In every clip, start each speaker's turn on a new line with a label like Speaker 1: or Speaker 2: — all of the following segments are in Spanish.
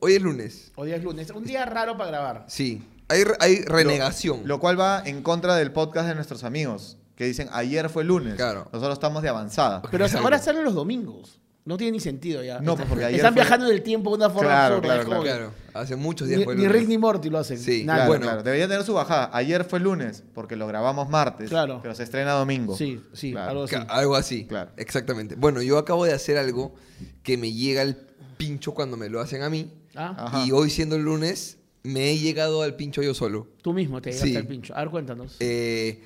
Speaker 1: Hoy es lunes.
Speaker 2: Hoy es lunes. Un día raro para grabar.
Speaker 1: Sí. Hay, re- hay renegación.
Speaker 3: Lo cual va en contra del podcast de nuestros amigos, que dicen ayer fue lunes.
Speaker 1: Claro.
Speaker 3: Nosotros estamos de avanzada.
Speaker 2: Pero hasta ahora salen los domingos. No tiene ni sentido ya.
Speaker 3: No, pues,
Speaker 2: Están-
Speaker 3: porque ayer
Speaker 2: Están
Speaker 3: fue-
Speaker 2: viajando en el tiempo de una forma
Speaker 3: Claro,
Speaker 2: absurda.
Speaker 3: claro,
Speaker 2: es como
Speaker 1: claro. Hace muchos días
Speaker 2: Ni,
Speaker 1: fue
Speaker 2: ni
Speaker 1: lunes.
Speaker 2: Rick ni Morty lo hacen.
Speaker 1: Sí,
Speaker 2: Nada.
Speaker 3: Claro,
Speaker 1: Ah, bueno.
Speaker 3: claro. Debería tener su bajada. Ayer fue lunes, porque lo grabamos martes.
Speaker 2: Claro.
Speaker 3: Pero se estrena domingo.
Speaker 2: Sí, sí, algo
Speaker 3: Claro. ah.
Speaker 2: así.
Speaker 1: Ca- Algo así.
Speaker 3: Claro.
Speaker 1: Exactamente. Bueno, yo acabo de hacer algo que me llega al pincho cuando me lo hacen a mí.
Speaker 2: Ah,
Speaker 3: Ajá.
Speaker 1: Y hoy siendo el lunes, me he llegado al pincho yo solo.
Speaker 2: tú mismo te llegaste
Speaker 1: Sí.
Speaker 2: al pincho. A ver, cuéntanos.
Speaker 1: Eh,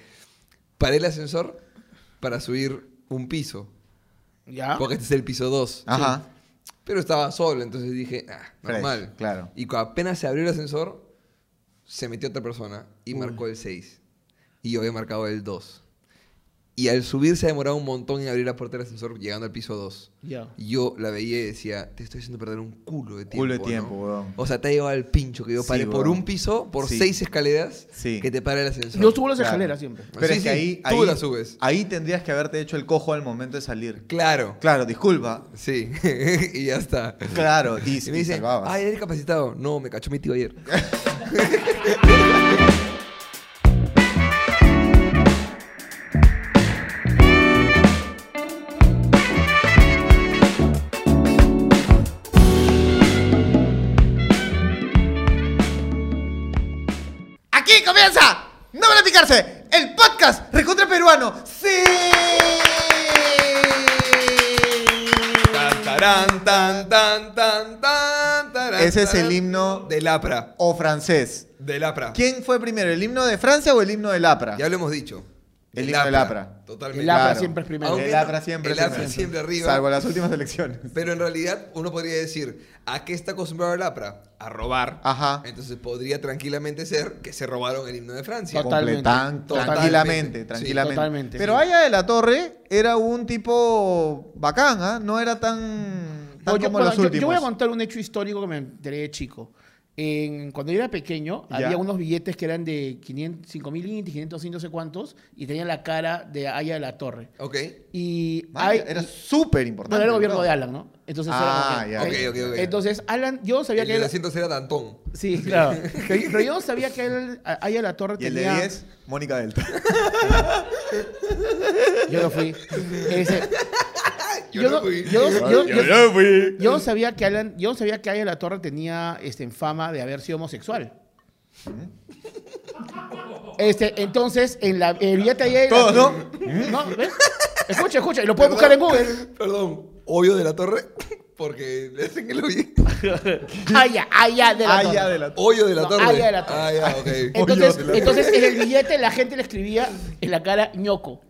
Speaker 1: paré el ascensor para subir un piso.
Speaker 2: ¿Ya?
Speaker 1: Porque este es el piso 2.
Speaker 3: Ajá.
Speaker 1: Pero estaba solo, entonces dije, ah,
Speaker 3: Fresh,
Speaker 1: normal.
Speaker 3: claro.
Speaker 1: Y cuando apenas se abrió el ascensor, se metió otra persona y marcó el 6. Y yo había marcado el 2. Y al subir se ha demorado un montón en abrir la puerta del ascensor llegando al piso 2.
Speaker 2: Ya.
Speaker 1: Yo la veía y decía, te estoy haciendo perder un culo de tiempo.
Speaker 3: Culo de
Speaker 1: ¿no?
Speaker 3: tiempo, weón.
Speaker 1: O sea, te ha llevado al pincho que yo
Speaker 3: Sí,
Speaker 1: paré por
Speaker 3: weón.
Speaker 1: un piso, por
Speaker 3: Sí.
Speaker 1: seis escaleras,
Speaker 3: Sí.
Speaker 1: que te para el ascensor.
Speaker 2: Yo subo las
Speaker 3: Claro.
Speaker 2: escaleras siempre.
Speaker 3: Pero
Speaker 1: Sí,
Speaker 3: es
Speaker 1: sí,
Speaker 3: que ahí,
Speaker 1: tú
Speaker 3: ahí-
Speaker 1: la subes.
Speaker 3: Ahí tendrías que haberte hecho el cojo al momento de salir.
Speaker 1: Claro.
Speaker 3: Claro, disculpa.
Speaker 1: Sí. y ya está.
Speaker 3: Claro, y,
Speaker 1: Y
Speaker 3: y
Speaker 1: me dice,
Speaker 3: salvabas.
Speaker 1: ay, eres capacitado. No, me cachó mi tío ayer.
Speaker 3: ¡Aquí comienza! ¡No van a picarse! ¡El podcast recontra peruano! ¡Sí!
Speaker 1: Tan, tarán, tan, tan, tan, tan, tarán,
Speaker 3: Ese es el
Speaker 1: tarán.
Speaker 3: himno
Speaker 1: Del APRA.
Speaker 3: o francés.
Speaker 1: Del APRA.
Speaker 3: ¿Quién fue primero, el himno de Francia o el himno del APRA?
Speaker 1: Ya lo hemos dicho.
Speaker 3: El himno del APRA.
Speaker 1: Totalmente.
Speaker 2: El APRA siempre es primero.
Speaker 1: Aunque
Speaker 3: El
Speaker 1: no-
Speaker 3: APRA siempre
Speaker 1: el
Speaker 3: es
Speaker 1: APRA
Speaker 3: primero.
Speaker 1: siempre arriba.
Speaker 3: Salvo las últimas elecciones.
Speaker 1: Pero en realidad uno podría decir, ¿a qué está acostumbrado el APRA? A robar.
Speaker 3: Ajá.
Speaker 1: Entonces podría tranquilamente ser que se robaron el himno de Francia.
Speaker 2: Total. Totalmente.
Speaker 3: Completan-
Speaker 1: Totalmente.
Speaker 3: Tranquilamente,
Speaker 1: Sí,
Speaker 3: tranquilamente.
Speaker 2: totalmente,
Speaker 3: Pero
Speaker 2: sí.
Speaker 3: Aya de la Torre era un tipo bacán, ¿ah? No era tan, tan
Speaker 2: No, yo,
Speaker 3: como
Speaker 2: bueno,
Speaker 3: los
Speaker 2: yo- yo
Speaker 3: últimos.
Speaker 2: voy a contar un hecho histórico que me enteré de chico. En- cuando yo era pequeño,
Speaker 3: Ya.
Speaker 2: había unos billetes que eran de 500, 5.000 intis, 500, y no sé cuántos, y tenían la cara de Aya de la Torre.
Speaker 1: Ok.
Speaker 2: Y
Speaker 3: Maya,
Speaker 2: hay-
Speaker 3: era súper importante.
Speaker 2: Bueno, era el gobierno
Speaker 3: ¿no?
Speaker 2: de Alan, ¿no? Entonces
Speaker 3: Ah,
Speaker 2: era
Speaker 3: ya.
Speaker 2: como que-
Speaker 1: Ok, ok, ok.
Speaker 2: Entonces, Alan, yo sabía
Speaker 1: El
Speaker 2: que
Speaker 1: del
Speaker 2: él-
Speaker 1: asiento era Dantón.
Speaker 2: Sí, claro. Pero pero yo sabía que él, a- Aya de la Torre
Speaker 3: Y el
Speaker 2: tenía...
Speaker 3: de 10, Mónica Delta.
Speaker 2: Yo no fui. Ese-
Speaker 1: Yo
Speaker 2: yo,
Speaker 1: no
Speaker 2: no,
Speaker 1: fui.
Speaker 2: yo no- yo- yo-
Speaker 3: fui.
Speaker 2: yo no sabía que Alan, yo no sabía que Aya de la Torre tenía este, en fama de haber sido homosexual. Este, entonces, en la el billete de Aya de la
Speaker 3: Todos,
Speaker 2: Torre- ¿No? ¿Ves? Escucha, escucha, y lo puedes buscar en Google.
Speaker 1: Perdón. Obvio de la torre. Porque le hacen el oye.
Speaker 2: Aya, Aya de la Torre.
Speaker 3: Aya de la Torre.
Speaker 1: Hoyo de la
Speaker 2: No,
Speaker 1: torre.
Speaker 2: Aya de la Torre.
Speaker 1: Ah, ya, ok.
Speaker 2: Entonces,
Speaker 3: Pollo de la
Speaker 2: entonces en el billete la gente le escribía en la cara ñoco.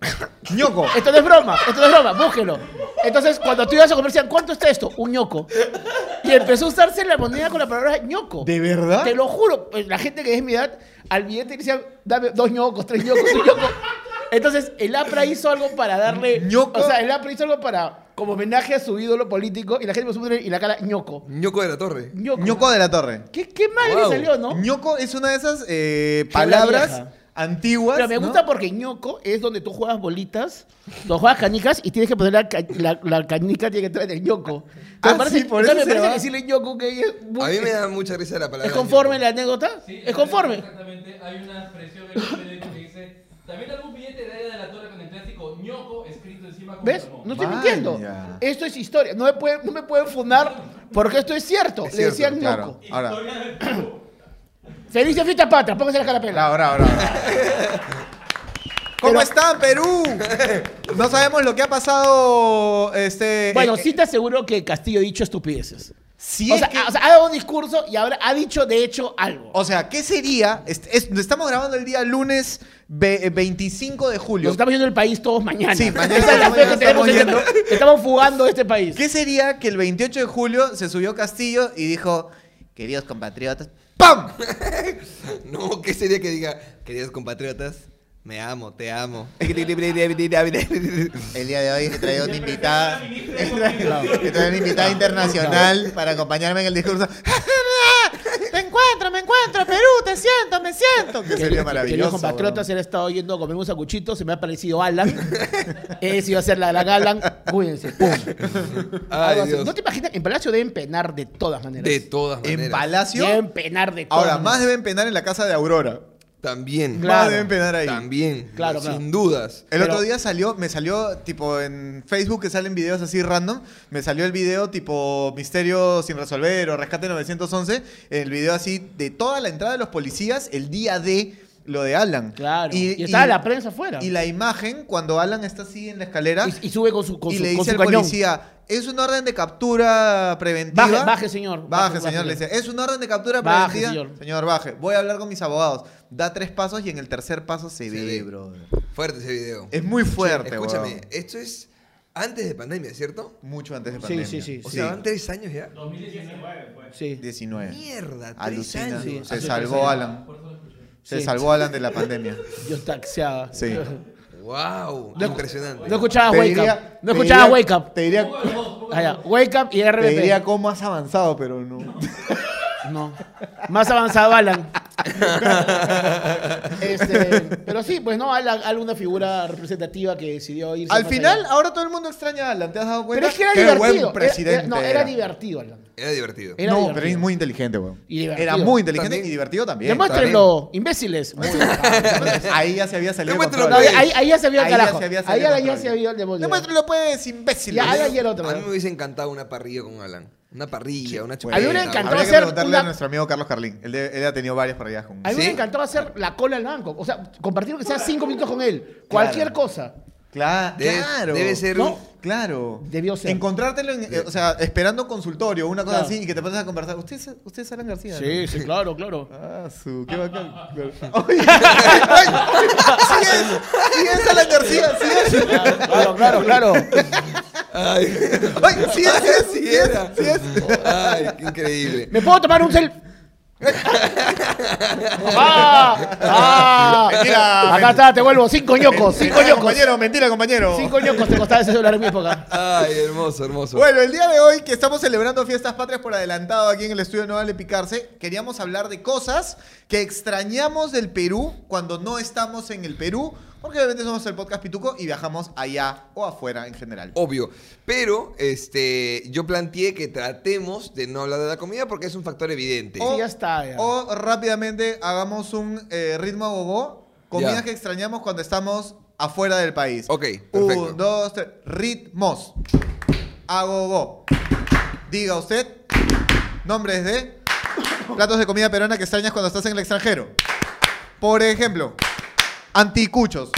Speaker 3: Ñoco.
Speaker 2: Esto no es broma, esto no es broma, búsquelo. Entonces, cuando tú ibas a comer, decían, ¿cuánto está esto? Un ñoco. Y empezó a usarse la moneda con la palabra ñoco.
Speaker 3: ¿De verdad?
Speaker 2: Te lo juro, pues, la gente que es mi edad, al billete le decían, dame dos ñocos, tres ñocos, un ñoco. Entonces, el APRA hizo algo para darle.
Speaker 3: ¿Ñoco?
Speaker 2: O sea, el APRA hizo algo para. Como homenaje a su ídolo político, y la gente puso y la cara ñoco.
Speaker 1: Ñoco de la torre.
Speaker 2: ñoco.
Speaker 3: Ñoco de la Torre.
Speaker 2: ¿Qué, qué mal le
Speaker 1: Wow.
Speaker 2: salió, no?
Speaker 3: Ñoco es una de esas eh, palabras
Speaker 2: vieja.
Speaker 3: antiguas.
Speaker 2: Pero me
Speaker 3: ¿no?
Speaker 2: gusta porque ñoco es donde tú juegas bolitas, tú juegas canicas y tienes que poner la, ca- la- la canica tiene que entrar en el ñoco.
Speaker 3: Ah,
Speaker 2: Me parece-
Speaker 3: sí, por
Speaker 2: o sea,
Speaker 3: eso se
Speaker 2: me parece
Speaker 3: va.
Speaker 2: que decirle ñoco que es muy-
Speaker 1: A mí me da mucha risa la palabra.
Speaker 2: ¿Es conforme
Speaker 1: ñoco.
Speaker 2: la anécdota?
Speaker 4: Sí,
Speaker 2: ¿Es conforme?
Speaker 4: Exactamente, hay una expresión en el periódico que dice, también algún billete de Aya de la Torre con el clásico ñoco escrito encima con
Speaker 2: ¿Ves?
Speaker 4: jamón".
Speaker 2: No estoy
Speaker 3: Vaya.
Speaker 2: mintiendo. Esto es historia. No me pueden, no me pueden fundar porque esto es cierto.
Speaker 1: Es
Speaker 2: Le
Speaker 1: cierto,
Speaker 2: decían ñoco.
Speaker 3: Claro. Ahora,
Speaker 4: Historia del Perú.
Speaker 2: Feliz de fiesta patria, póngase la carapela.
Speaker 3: ahora, ahora. ahora. ¿Cómo
Speaker 2: Pero-
Speaker 3: están, Perú? No sabemos lo que ha pasado. Este,
Speaker 2: Bueno,
Speaker 3: eh,
Speaker 2: sí te aseguro que Castillo ha dicho estupideces.
Speaker 3: si
Speaker 2: o,
Speaker 3: es
Speaker 2: sea,
Speaker 3: que-
Speaker 2: ha- o sea, ha dado un discurso y ahora ha dicho de hecho algo.
Speaker 3: O sea, ¿qué sería? Est- es- estamos grabando el día lunes ve- eh, 25 de julio.
Speaker 2: Nos estamos yendo el país todos mañana.
Speaker 3: Sí, mañana
Speaker 2: Esa es la fe que tenemos.
Speaker 3: estamos yendo.
Speaker 2: este- Estamos fugando de este país.
Speaker 3: ¿Qué sería que el 28 de julio se subió Castillo y dijo, queridos compatriotas, ¡pam!
Speaker 1: No, ¿qué sería que diga, queridos compatriotas? Me amo, te amo.
Speaker 3: El día de hoy he traído una invitada,
Speaker 4: La ministra de
Speaker 3: he traído, he traído una invitada internacional para acompañarme en el discurso. Ten-
Speaker 2: encuentro, me encuentro, Perú, te siento, me siento.
Speaker 3: Sería
Speaker 2: Queridos-
Speaker 3: maravilloso,
Speaker 2: Queridos compatriotas, él ha estado yendo a comer un sacuchito, se me ha parecido Alan. Ese iba a ser la de la Galan. Cuídense, pum.
Speaker 1: Ay,
Speaker 2: Algo así.
Speaker 1: Dios.
Speaker 2: No te imaginas, en Palacio deben penar de todas maneras.
Speaker 1: De todas maneras.
Speaker 3: En Palacio.
Speaker 2: Deben penar de todas
Speaker 3: Ahora, más
Speaker 2: maneras.
Speaker 3: deben penar en la casa de Aurora.
Speaker 1: También.
Speaker 2: Claro.
Speaker 3: Más deben penar ahí.
Speaker 1: También.
Speaker 2: Claro, claro.
Speaker 1: Sin dudas.
Speaker 3: El
Speaker 2: Pero-
Speaker 3: otro día salió, me salió, tipo, en Facebook que salen videos así random. Me salió el video, tipo, Misterio sin resolver o Rescate 911. El video así de toda la entrada de los policías el día de lo de Alan.
Speaker 2: Claro. Y, estaba la prensa afuera.
Speaker 3: Y la imagen, cuando Alan está así en la escalera y,
Speaker 2: Y- y sube con su, con su,
Speaker 3: le
Speaker 2: con
Speaker 3: dice
Speaker 2: su
Speaker 3: al
Speaker 2: cañón.
Speaker 3: policía, es una orden de captura preventiva.
Speaker 2: Baje, baje, señor.
Speaker 3: Baje,
Speaker 2: Baje,
Speaker 3: señor,
Speaker 2: baje.
Speaker 3: le dice. Es una orden de captura
Speaker 2: Baje,
Speaker 3: preventiva.
Speaker 2: señor.
Speaker 3: Señor. baje. Voy a hablar con mis abogados. Da tres pasos y en el tercer paso se, ve,
Speaker 1: ve.
Speaker 3: brother.
Speaker 1: Fuerte ese video.
Speaker 3: Es muy fuerte,
Speaker 1: Escúchame,
Speaker 3: weón.
Speaker 1: esto es antes de pandemia, ¿cierto?
Speaker 3: Mucho antes de
Speaker 2: Sí,
Speaker 3: pandemia.
Speaker 2: sí, sí,
Speaker 1: O sea, van tres años ya.
Speaker 4: 2019 fue.
Speaker 2: Sí.
Speaker 3: 19.
Speaker 1: Mierda, tres
Speaker 3: Alucina.
Speaker 1: años.
Speaker 2: Sí,
Speaker 3: se
Speaker 2: hace
Speaker 3: salvó
Speaker 2: tres
Speaker 3: Alan.
Speaker 4: Por eso lo escuché.
Speaker 3: Se
Speaker 2: Sí.
Speaker 3: salvó Alan de la pandemia.
Speaker 2: Yo taxeaba.
Speaker 3: Sí.
Speaker 1: Wow,
Speaker 2: No-
Speaker 1: impresionante.
Speaker 2: No escuchaba
Speaker 3: Te
Speaker 2: Wake
Speaker 3: diría-
Speaker 2: Up. No
Speaker 3: te
Speaker 2: escuchaba
Speaker 3: diría-
Speaker 2: Wake Up.
Speaker 3: Te diría,
Speaker 4: Poco de voz, poco de
Speaker 2: Ah, ya.
Speaker 4: voz.
Speaker 2: Wake Up y
Speaker 3: te diría
Speaker 2: RBP.
Speaker 3: cómo has avanzado, pero no.
Speaker 2: No. Más avanzado Alan. Este, pero sí, pues no, Alan, Alan una figura representativa que decidió irse.
Speaker 3: Al
Speaker 2: más
Speaker 3: final,
Speaker 2: allá.
Speaker 3: ahora todo el mundo extraña a Alan. ¿Te has dado
Speaker 2: Pero
Speaker 3: cuenta?
Speaker 2: es que era
Speaker 3: Qué
Speaker 2: divertido.
Speaker 3: buen
Speaker 2: Era-
Speaker 3: presidente.
Speaker 2: era- no, era divertido, Alan.
Speaker 1: Era divertido.
Speaker 2: Era
Speaker 3: no,
Speaker 2: divertido.
Speaker 3: pero es muy inteligente, weón.
Speaker 2: Y divertido.
Speaker 3: Era muy inteligente
Speaker 1: También.
Speaker 3: y divertido también.
Speaker 2: Demuéstrenlo, imbéciles. Muy-
Speaker 3: También. Ahí ya se había salido. de
Speaker 1: Demuéstralo,
Speaker 2: No,
Speaker 1: Gabriel.
Speaker 3: control.
Speaker 2: ahí, ahí ya se vio el
Speaker 3: Ahí ya
Speaker 2: carajo.
Speaker 3: se había
Speaker 2: ahí
Speaker 3: salido
Speaker 2: ya,
Speaker 3: de
Speaker 2: ya
Speaker 3: control.
Speaker 2: se vio el demonio.
Speaker 3: Demuéstralo, pues, imbécil.
Speaker 2: Ya, Alan y el otro.
Speaker 1: A mí me
Speaker 2: ¿no?
Speaker 1: hubiese encantado una parrilla con Alan. Una parrilla, una
Speaker 2: A mí
Speaker 1: chupada.
Speaker 2: me
Speaker 1: una
Speaker 2: encantó
Speaker 3: Habría que
Speaker 2: hacer
Speaker 3: preguntarle
Speaker 2: una-
Speaker 3: a nuestro amigo Carlos Carlín. Él, de- él ha tenido varias parrillas con
Speaker 2: A mí
Speaker 1: ¿Sí?
Speaker 2: me encantó hacer la cola al banco. O sea, compartir que sea cinco minutos con él. Cualquier cosa.
Speaker 3: Cla-
Speaker 1: Debe-
Speaker 3: claro.
Speaker 1: debe ser
Speaker 2: No.
Speaker 3: Claro.
Speaker 2: Debió ser.
Speaker 3: Encontrártelo, en- eh, o sea, esperando un consultorio, una cosa
Speaker 2: Claro.
Speaker 3: así, y que te pones a conversar. ¿Usted es, usted es Alan García? ¿no?
Speaker 2: sí, claro, claro.
Speaker 3: Ah, su, qué bacán. ¡Ay! ¡Ay! ¡Sí es! ¡Sí es Alan García! ¡Sí es!
Speaker 2: Claro, claro, claro.
Speaker 1: Ay,
Speaker 3: ¡Ay! ¡Sí es! ¡Sí es!
Speaker 1: sí
Speaker 3: ¡Sí es!
Speaker 1: era.
Speaker 3: ¡Sí es!
Speaker 1: Ay, qué increíble.
Speaker 2: ¿Me puedo tomar un selfie? ¡Ah! ¡Ah!
Speaker 3: Mentira.
Speaker 2: Acá está, te vuelvo. Cinco ñocos, cinco
Speaker 3: Mentira,
Speaker 2: ñocos.
Speaker 3: compañero, mentira, compañero.
Speaker 2: Cinco ñocos te costaba ese celular en mi época.
Speaker 1: Ay, hermoso, hermoso.
Speaker 3: Bueno, el día de hoy que estamos celebrando fiestas patrias por adelantado aquí en el estudio No Vale Picarse, queríamos hablar de cosas que extrañamos del Perú cuando no estamos en el Perú, porque obviamente somos el podcast Pituco y viajamos allá o afuera en general.
Speaker 1: Obvio. Pero este, yo planteé que tratemos de no hablar de la comida porque es un factor evidente.
Speaker 2: Oh. Sí, ya está, ya.
Speaker 3: o rápidamente hagamos un eh, ritmo a gogo, comidas
Speaker 1: Ya.
Speaker 3: que extrañamos cuando estamos afuera del país.
Speaker 1: Ok, perfecto.
Speaker 3: Un, dos, tres. Ritmos. A gogo. Diga usted nombres de platos de comida peruana que extrañas cuando estás en el extranjero. Por ejemplo, anticuchos,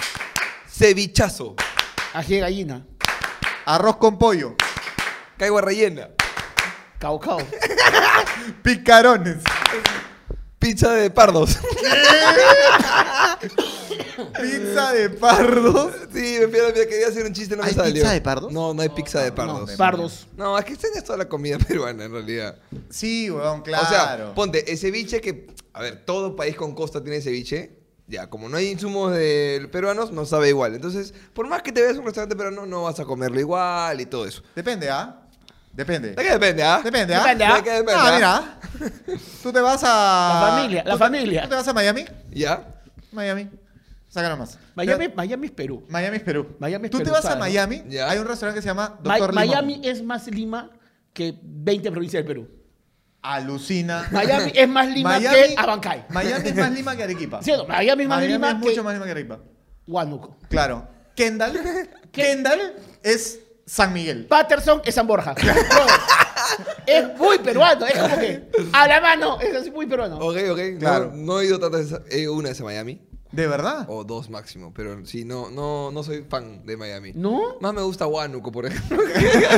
Speaker 1: Cevichazo.
Speaker 2: Ají de gallina.
Speaker 3: arroz con pollo,
Speaker 1: Caigua rellena.
Speaker 2: Caucao.
Speaker 3: picarones,
Speaker 1: Pizza de pardos.
Speaker 3: pizza de pardos.
Speaker 1: Sí, me pierdo, mira, quería hacer un chiste, no me
Speaker 3: ¿Hay
Speaker 1: salió.
Speaker 3: pizza de pardos?
Speaker 1: No, no hay pizza de pardos.
Speaker 3: no.
Speaker 2: Pardos.
Speaker 1: No, es que extrañas toda la comida peruana en realidad.
Speaker 3: Sí, weón, claro.
Speaker 1: O sea, ponte, el ceviche que. A ver, todo país con costa tiene ceviche. Ya, como no hay insumos de peruanos, no sabe igual. Entonces, por más que te veas un restaurante peruano, no vas a comerlo igual y todo eso.
Speaker 3: Depende, ¿ah?
Speaker 1: De
Speaker 3: Depende.
Speaker 1: qué depende, ¿ah?
Speaker 3: Depende, ¿ah?
Speaker 2: Depende,
Speaker 1: ¿ah? De que depende,
Speaker 3: Ah,
Speaker 1: ¿ah?
Speaker 3: mira. Tú te vas a.
Speaker 2: La familia, la
Speaker 3: tú te-
Speaker 2: familia.
Speaker 3: ¿Tú te vas a Miami?
Speaker 1: Ya.
Speaker 3: Miami. Saca nomás.
Speaker 2: Miami, Miami es Perú.
Speaker 3: Miami es Perú.
Speaker 2: Miami es
Speaker 3: Tú
Speaker 2: Perú,
Speaker 3: te vas
Speaker 2: ¿sabes,
Speaker 3: a
Speaker 2: no?
Speaker 3: Miami,
Speaker 1: Ya.
Speaker 3: hay un restaurante que se llama
Speaker 2: Ma-
Speaker 3: Doctor Limón.
Speaker 2: Miami es más Lima que 20 provincias del Perú.
Speaker 3: Alucina.
Speaker 2: Miami es más Lima
Speaker 3: Miami-
Speaker 2: que Abancay.
Speaker 3: Miami es más Lima que Arequipa.
Speaker 2: ¿Sí o no? Miami es más
Speaker 3: Miami
Speaker 2: Lima
Speaker 3: es mucho
Speaker 2: que
Speaker 3: más Lima que Arequipa.
Speaker 2: Huánuco.
Speaker 3: Claro. Kendall. Kendall es San Miguel.
Speaker 2: Patterson es San Borja. Brother, es muy peruano. Es como que a la mano. Es así muy peruano.
Speaker 1: Ok, ok. no-
Speaker 3: Claro.
Speaker 1: No, he ido tantas veces. He ido una vez a Miami.
Speaker 3: ¿De verdad?
Speaker 1: O dos máximo. Pero sí, no, no, no soy fan de Miami.
Speaker 2: ¿No?
Speaker 1: Más me gusta Huánuco, por ejemplo.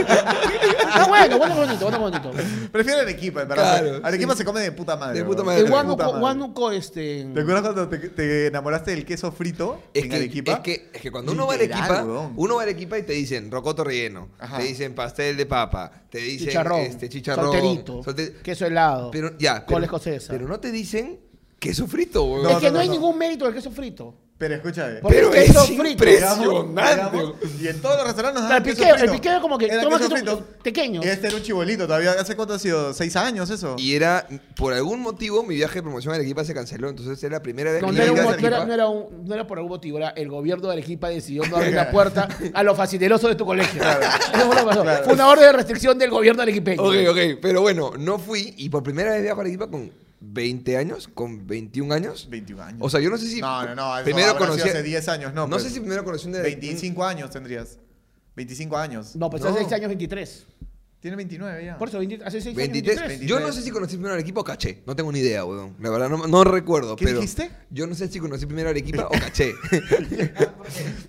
Speaker 2: Está bueno, bueno, bonito, bueno, bonito.
Speaker 3: Prefiero Arequipa, en verdad.
Speaker 1: Claro,
Speaker 3: Arequipa
Speaker 1: sí.
Speaker 3: se come de puta madre.
Speaker 1: De puta
Speaker 3: bro.
Speaker 1: madre.
Speaker 2: Eh,
Speaker 1: puta
Speaker 2: Huánuco,
Speaker 3: madre.
Speaker 2: Huánuco, este.
Speaker 3: ¿Te acuerdas cuando te, te enamoraste del queso frito
Speaker 1: Es
Speaker 3: en
Speaker 1: que,
Speaker 3: Arequipa?
Speaker 1: es que- es que cuando uno va a
Speaker 3: Literal,
Speaker 1: Arequipa,
Speaker 3: huevón.
Speaker 1: uno va a Arequipa y te dicen rocoto relleno,
Speaker 3: Ajá.
Speaker 1: te dicen pastel de papa, te dicen
Speaker 2: Chicharrón,
Speaker 1: este chicharrón,
Speaker 2: solterito,
Speaker 1: solte-
Speaker 2: queso helado,
Speaker 1: pero ya,
Speaker 2: col
Speaker 1: pero-
Speaker 2: escocesa.
Speaker 1: Pero no te dicen queso frito,
Speaker 3: No,
Speaker 1: huevón.
Speaker 2: es que no,
Speaker 3: no,
Speaker 2: hay
Speaker 3: no.
Speaker 2: ningún mérito del queso frito.
Speaker 3: Pero escúchame.
Speaker 2: Por- Porque
Speaker 1: Pero
Speaker 2: es
Speaker 1: es
Speaker 2: queso frito.
Speaker 1: impresionante.
Speaker 3: Llegamos- llegamos y en todos los restaurantes nos
Speaker 2: El
Speaker 3: dan
Speaker 2: piqueo,
Speaker 3: queso frito.
Speaker 2: el piqueo como que
Speaker 3: Era
Speaker 2: tomas
Speaker 3: queso
Speaker 2: queso
Speaker 3: frito.
Speaker 2: pequeño.
Speaker 3: Este era un chibolito todavía. ¿Hace cuánto ha sido? ¿Seis años eso?
Speaker 1: Y era, por algún motivo, mi viaje de promoción a Arequipa se canceló. Entonces era la primera vez
Speaker 2: No,
Speaker 1: que
Speaker 2: no era, un
Speaker 1: iba a
Speaker 2: mo- no,
Speaker 1: Arequipa.
Speaker 2: era, no era un- no era por algún motivo, era el gobierno de Arequipa decidió no abrir la puerta a los facinerosos de tu colegio. Eso fue lo que pasó.
Speaker 3: Claro.
Speaker 2: Fue una orden de restricción del gobierno arequipeño.
Speaker 1: Ok, ok. Pero bueno, no fui. Y por primera vez viajo a Arequipa con 20 años, con 21 años.
Speaker 3: 21 años.
Speaker 1: O sea, yo no sé si.
Speaker 3: no, no, no. eso
Speaker 1: Primero
Speaker 3: habrá sido
Speaker 1: conocí.
Speaker 3: hace 10 años, no.
Speaker 1: no
Speaker 3: pues.
Speaker 1: sé si primero conocí un este de.
Speaker 3: 25 años tendrías. 25 años.
Speaker 2: No, pues
Speaker 1: No.
Speaker 2: hace 6 años 23.
Speaker 3: Tiene 29 ya.
Speaker 2: Por eso, 20 hace 6
Speaker 1: 23.
Speaker 2: años 23.
Speaker 1: Yo no sé si conocí primero Arequipa o caché. No tengo ni idea, weón. La verdad, no, no recuerdo.
Speaker 3: ¿Qué
Speaker 1: pero
Speaker 3: dijiste?
Speaker 1: Yo no sé si conocí primero Arequipa o caché.
Speaker 3: Ah,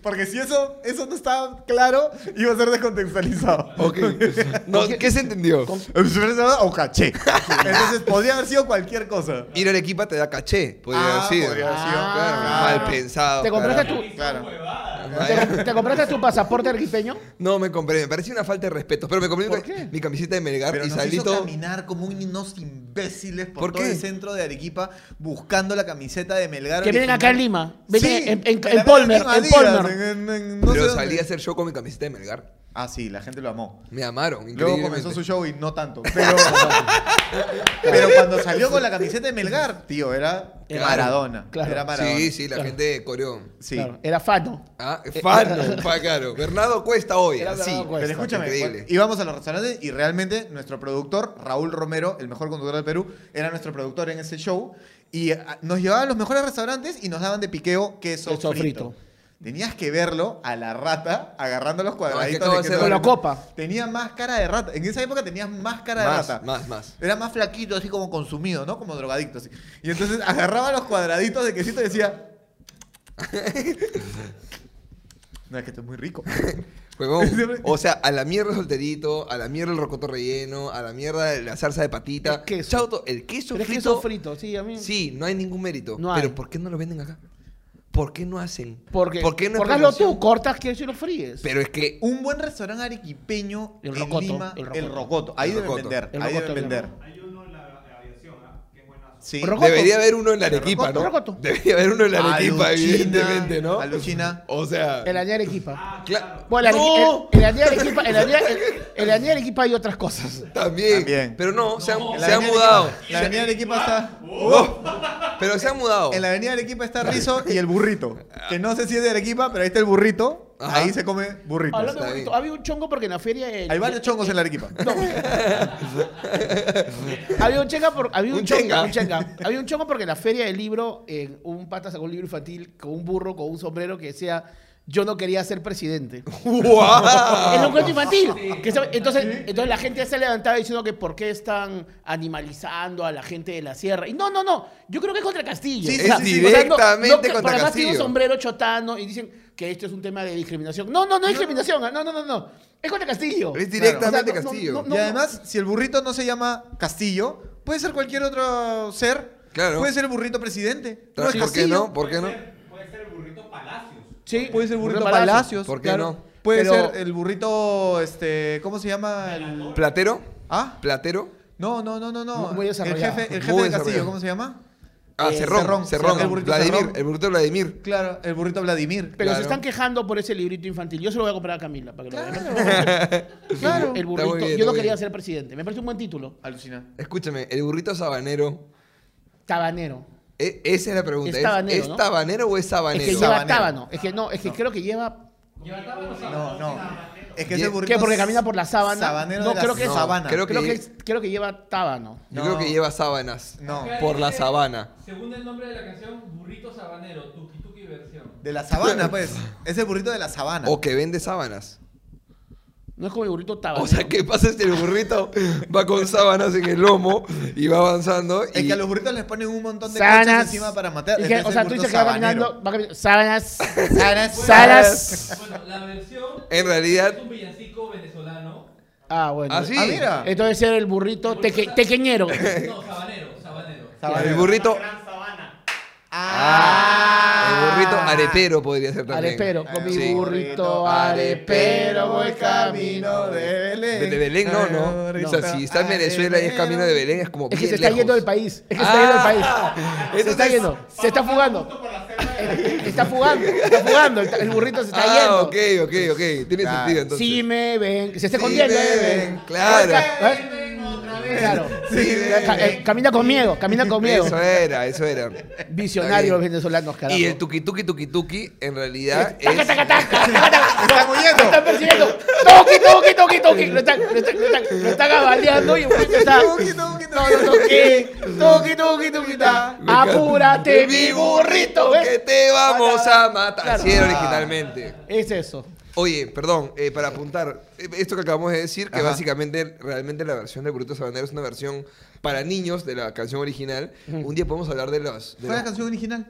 Speaker 3: Porque si eso, eso no estaba claro, iba a ser descontextualizado.
Speaker 1: ok. No, ¿Qué se entendió?
Speaker 3: o caché. Entonces podría haber sido cualquier cosa.
Speaker 1: Ir a Arequipa te da caché, podría
Speaker 3: Ah,
Speaker 1: decir.
Speaker 3: podría haber sido,
Speaker 1: Ah,
Speaker 3: claro,
Speaker 1: Mal
Speaker 3: claro.
Speaker 1: pensado.
Speaker 2: Te compraste
Speaker 1: carajo.
Speaker 2: tu-
Speaker 3: Claro.
Speaker 2: ¿Te, te compraste tu pasaporte arequipeño?
Speaker 1: No me compré, me pareció una falta de respeto. Pero me compré
Speaker 2: ¿Por
Speaker 1: mi-
Speaker 2: qué?
Speaker 1: mi camiseta de Melgar
Speaker 3: Pero
Speaker 1: y
Speaker 3: nos
Speaker 1: salí
Speaker 3: hizo
Speaker 1: todo.
Speaker 3: caminar como unos imbéciles por,
Speaker 1: ¿Por
Speaker 3: todo
Speaker 1: qué?
Speaker 3: el centro de Arequipa buscando la camiseta de Melgar.
Speaker 2: Que vienen acá en
Speaker 3: original.
Speaker 2: Lima. Vienen
Speaker 3: Sí,
Speaker 2: en, en-
Speaker 3: me
Speaker 2: en
Speaker 3: la
Speaker 2: Polmer.
Speaker 3: venden
Speaker 2: En
Speaker 3: Adidas,
Speaker 2: Polmer.
Speaker 3: en- en- no sé
Speaker 1: Pero
Speaker 3: dónde.
Speaker 1: salí a hacer show con mi camiseta de Melgar.
Speaker 3: Ah, sí, la gente lo amó.
Speaker 1: Me amaron.
Speaker 3: Luego
Speaker 1: increíblemente.
Speaker 3: comenzó su show y no tanto. Pero, pero cuando salió con la camiseta de Melgar, tío, era
Speaker 2: Claro,
Speaker 3: Maradona.
Speaker 2: claro.
Speaker 3: Era Maradona.
Speaker 1: Sí, sí, la gente coreó.
Speaker 3: Sí.
Speaker 2: Claro, era fano.
Speaker 1: Ah, fan, pa' claro. Bernardo Cuesta hoy,
Speaker 2: Era
Speaker 1: así.
Speaker 2: Bernardo Cuesta.
Speaker 3: Pero escúchame,
Speaker 1: Increíble.
Speaker 3: cu- íbamos a los restaurantes y realmente nuestro productor, Raúl Romero, el mejor conductor del Perú, era nuestro productor en ese show. Y ah, nos llevaban a los mejores restaurantes y nos daban de piqueo queso,
Speaker 2: Queso frito.
Speaker 3: frito. Tenías que verlo a la rata agarrando los cuadraditos
Speaker 1: acabo de
Speaker 3: de queso
Speaker 1: hacer-
Speaker 2: Con la
Speaker 3: frito.
Speaker 2: copa.
Speaker 3: Tenía más cara de rata. En esa época tenías más cara de
Speaker 1: Más,
Speaker 3: rata.
Speaker 1: más, más.
Speaker 3: Era más flaquito, así como consumido, ¿no? Como drogadicto, así. Y entonces agarraba los cuadraditos de quesito y decía... No, es que esto es muy rico.
Speaker 1: Huevón. O sea, a la mierda el solterito, a la mierda el rocoto relleno, a la mierda la salsa de patita.
Speaker 2: El queso.
Speaker 1: Chao, to- el queso
Speaker 2: Pero es
Speaker 1: frito.
Speaker 2: queso frito, sí, a mí.
Speaker 1: Sí, no hay ningún mérito.
Speaker 2: No hay.
Speaker 1: Pero ¿por qué no lo venden acá? ¿Por qué no hacen?
Speaker 2: Porque,
Speaker 1: ¿Por qué no es
Speaker 2: porque hazlo tú,
Speaker 1: promoción?
Speaker 2: cortas queso y lo fríes.
Speaker 1: Pero es que
Speaker 3: Un buen restaurante arequipeño
Speaker 2: El
Speaker 3: en
Speaker 2: Rocoto,
Speaker 3: Lima,
Speaker 2: el
Speaker 3: el
Speaker 2: Rocoto.
Speaker 3: Rocoto. Ahí
Speaker 1: El
Speaker 3: deben
Speaker 1: Rocoto.
Speaker 3: vender,
Speaker 2: El
Speaker 3: ahí
Speaker 2: Rocoto,
Speaker 3: deben
Speaker 2: el
Speaker 3: vender.
Speaker 5: Hay uno en la aviación, ¿ah? Que es buenazo.
Speaker 3: Sí.
Speaker 2: Rocoto.
Speaker 1: debería haber uno en la Arequipa,
Speaker 3: Rocoto,
Speaker 1: ¿no?
Speaker 2: Rocoto.
Speaker 1: Debería haber uno en la Arequipa,
Speaker 3: Ah, Alucina,
Speaker 1: evidentemente, ¿no?
Speaker 3: Alucina.
Speaker 1: O sea,
Speaker 2: El añade Arequipa.
Speaker 1: cla-
Speaker 2: Bueno, el,
Speaker 1: Ah, ¡No!
Speaker 2: Arequi- el, el añade Arequipa, el añade, el, el añade Arequipa hay otras cosas.
Speaker 1: también.
Speaker 3: También.
Speaker 1: Pero no, se han,
Speaker 5: Oh,
Speaker 3: En la
Speaker 1: se han
Speaker 3: avenida
Speaker 1: mudado.
Speaker 3: Arequipa- La avenida Arequipa está... Oh.
Speaker 1: Pero se han mudado.
Speaker 3: En la avenida Arequipa está Rizo y el burrito. Que no sé si es de Arequipa, pero ahí está el burrito.
Speaker 1: Ajá.
Speaker 3: Ahí se come burrito.
Speaker 2: Hablando de
Speaker 1: bien.
Speaker 2: bonito, había un chongo porque en la feria. el-
Speaker 3: Hay varios chongos en la Arequipa.
Speaker 2: Había un chenga por- había un,
Speaker 1: Un
Speaker 2: chongo,
Speaker 1: chenga.
Speaker 2: un chenga. Había un chongo porque en la feria del libro, eh, un pata sacó un libro infantil con un burro, con un sombrero que decía. Yo no quería ser presidente.
Speaker 1: ¡Guau!
Speaker 2: Era un cuento infantil. Que se- entonces, entonces la gente se levantaba diciendo que por qué están animalizando a la gente de la sierra. Y no, no, no. Yo creo que es contra Castillo.
Speaker 3: Sí,
Speaker 1: sí, sí, directamente
Speaker 2: que-
Speaker 1: contra
Speaker 2: pero además tiene
Speaker 1: Castillo.
Speaker 2: un sombrero chotano y dicen que esto es un tema de discriminación. No, no, no es discriminación. ah, No, no, no, no. Es contra Castillo.
Speaker 1: Es directamente
Speaker 2: Claro. O sea, no,
Speaker 1: Castillo.
Speaker 2: no, no, no.
Speaker 3: y además, si el burrito no se llama Castillo, puede ser cualquier otro ser.
Speaker 1: Claro.
Speaker 3: Puede ser el burrito presidente.
Speaker 1: Tra-
Speaker 3: No es
Speaker 1: ¿Por qué
Speaker 3: Castillo.
Speaker 1: no? ¿Por qué no?
Speaker 5: Puede ser- Puede ser el burrito Palacios.
Speaker 2: Sí,
Speaker 3: Puede ser el burrito
Speaker 2: Burrito
Speaker 3: Palacios.
Speaker 1: ¿Por qué
Speaker 3: claro.
Speaker 1: no?
Speaker 3: Puede
Speaker 2: Pero-
Speaker 3: ser el burrito, este, ¿cómo se llama? El-
Speaker 1: ¿Platero?
Speaker 3: ¿Ah?
Speaker 1: ¿Platero?
Speaker 3: No, no, no, no, no.
Speaker 2: Muy- muy
Speaker 3: el
Speaker 2: desarrollado.
Speaker 3: jefe,
Speaker 1: Muy
Speaker 3: el jefe de
Speaker 1: desarrollado.
Speaker 3: Castillo, ¿cómo se llama?
Speaker 1: Ah,
Speaker 3: Eh,
Speaker 1: Cerrón. Cerrón.
Speaker 3: Cerrón, Cerrón, el burrito
Speaker 1: Vladimir,
Speaker 3: Cerrón.
Speaker 1: el burrito de Vladimir.
Speaker 3: Claro, el burrito Vladimir.
Speaker 2: Pero
Speaker 1: Claro.
Speaker 2: se están quejando por ese librito infantil. Yo se lo voy a comprar a Camila para que lo vea.
Speaker 3: claro.
Speaker 2: El
Speaker 1: Está
Speaker 2: burrito.
Speaker 1: muy bien,
Speaker 2: Yo
Speaker 1: está
Speaker 2: no
Speaker 1: muy
Speaker 2: quería
Speaker 1: bien.
Speaker 2: ser presidente. Me parece un buen título.
Speaker 3: Alucina.
Speaker 1: Escúchame, el burrito sabanero.
Speaker 2: Tabanero.
Speaker 1: e- esa es la pregunta.
Speaker 2: Es
Speaker 1: ¿Es,
Speaker 2: tabanero,
Speaker 1: ¿es
Speaker 2: ¿no?
Speaker 1: tabanero o es
Speaker 2: Es
Speaker 1: sabanero?
Speaker 2: que lleva
Speaker 3: Sabanero.
Speaker 2: tábano. Es que no, es que creo que lleva.
Speaker 4: Llevaba los
Speaker 3: No, no. Es que
Speaker 1: ¿Qué?
Speaker 3: ese burrito.
Speaker 2: ¿Qué? Porque
Speaker 3: es
Speaker 2: camina por la sábana.
Speaker 3: Sabanero
Speaker 2: No,
Speaker 3: de la
Speaker 2: creo que es-
Speaker 3: sabana.
Speaker 1: creo-
Speaker 2: Creo, que, es- creo que lleva tábano.
Speaker 1: Yo
Speaker 3: No.
Speaker 1: creo que lleva sábanas.
Speaker 3: No.
Speaker 1: Por la sabana.
Speaker 4: Según el nombre de la canción, burrito sabanero, tuki tuki versión.
Speaker 3: De la sabana, pues. Es el burrito de la sabana.
Speaker 1: O que vende sábanas.
Speaker 2: No es como el burrito tábano.
Speaker 1: O sea, ¿qué pasa si el burrito va con sábanas en el lomo y va avanzando?
Speaker 3: Es
Speaker 1: y-
Speaker 3: que a los burritos les ponen un montón de cosas
Speaker 2: Sanas.
Speaker 3: encima para matar.
Speaker 2: Y que- o
Speaker 3: Entonces,
Speaker 2: sea,
Speaker 3: el
Speaker 2: tú
Speaker 3: burrito
Speaker 2: dices que va
Speaker 3: sabanero.
Speaker 2: caminando. Va caminando. Sábanas.
Speaker 1: Pues.
Speaker 2: Sábanas.
Speaker 1: Sábanas.
Speaker 2: Sábanas.
Speaker 4: Bueno, la versión
Speaker 1: En realidad-
Speaker 4: es un villancico venezolano.
Speaker 2: Ah, bueno.
Speaker 1: ¿Ah, sí?
Speaker 3: Ah, mira.
Speaker 2: Entonces era el burrito teque- tequeñero.
Speaker 4: No, sabanero, sabanero.
Speaker 1: El
Speaker 3: Sabanero.
Speaker 1: burrito.
Speaker 5: Gran sabana.
Speaker 1: El
Speaker 3: Ah.
Speaker 1: burrito arepero podría ser también.
Speaker 2: Arepero. Con mi
Speaker 1: Sí.
Speaker 2: burrito arepero voy camino de. Ah,
Speaker 3: Belén.
Speaker 1: De Belén no, ¿no? O sea, si está en Venezuela y es camino de Belén, es como
Speaker 2: Es que
Speaker 1: bien
Speaker 2: se está
Speaker 1: lejos.
Speaker 2: yendo del país. Es que se
Speaker 1: Ah.
Speaker 2: está yendo del país. Se
Speaker 1: Entonces-
Speaker 2: está yendo. Se está
Speaker 5: Pasa
Speaker 2: fugando.
Speaker 5: justo por la selva de
Speaker 2: está fugando, está fugando. El, el burrito se está
Speaker 1: Ah,
Speaker 2: yendo.
Speaker 1: ok, ok, ok. Tiene
Speaker 3: Claro.
Speaker 1: sentido entonces.
Speaker 2: Si me ven. Se
Speaker 1: Sí
Speaker 2: está escondiendo.
Speaker 1: me
Speaker 2: ¿eh?
Speaker 1: ven, claro.
Speaker 2: Ca- ¿eh?
Speaker 5: Ven otra vez.
Speaker 2: Claro.
Speaker 1: Sí me
Speaker 2: Ca-
Speaker 1: ven.
Speaker 2: eh, camina con miedo, camina con miedo.
Speaker 1: Eso era, eso era.
Speaker 2: Visionarios
Speaker 1: Está bien.
Speaker 2: venezolanos, carajo.
Speaker 1: Y el tuki tuki tuki tuki en realidad es.
Speaker 2: Taca, taca, taca, taca, taca.
Speaker 3: ¡Están
Speaker 2: Lo
Speaker 3: huyendo!
Speaker 2: están persiguiendo. Toqui, toqui, toqui, toqui. Lo están, lo están, lo están, lo están abaleando y el burrito está.
Speaker 3: Tuki, tuki, tuki.
Speaker 2: No, no, toqui, toqui, toqui, toqui, ta.
Speaker 1: Me encanta.
Speaker 2: Apúrate, mi burrito.
Speaker 1: Que
Speaker 2: ¿ves?
Speaker 1: te vamos a matar.
Speaker 2: Claro.
Speaker 1: Así era originalmente.
Speaker 2: Es eso.
Speaker 1: Oye, perdón, eh, para apuntar, eh, esto que acabamos de decir, que
Speaker 3: Ajá.
Speaker 1: básicamente realmente la versión de Burrito Sabanero es una versión para niños de la canción original. Un día podemos hablar de los... de
Speaker 3: ¿Fue la
Speaker 1: los-
Speaker 3: canción original?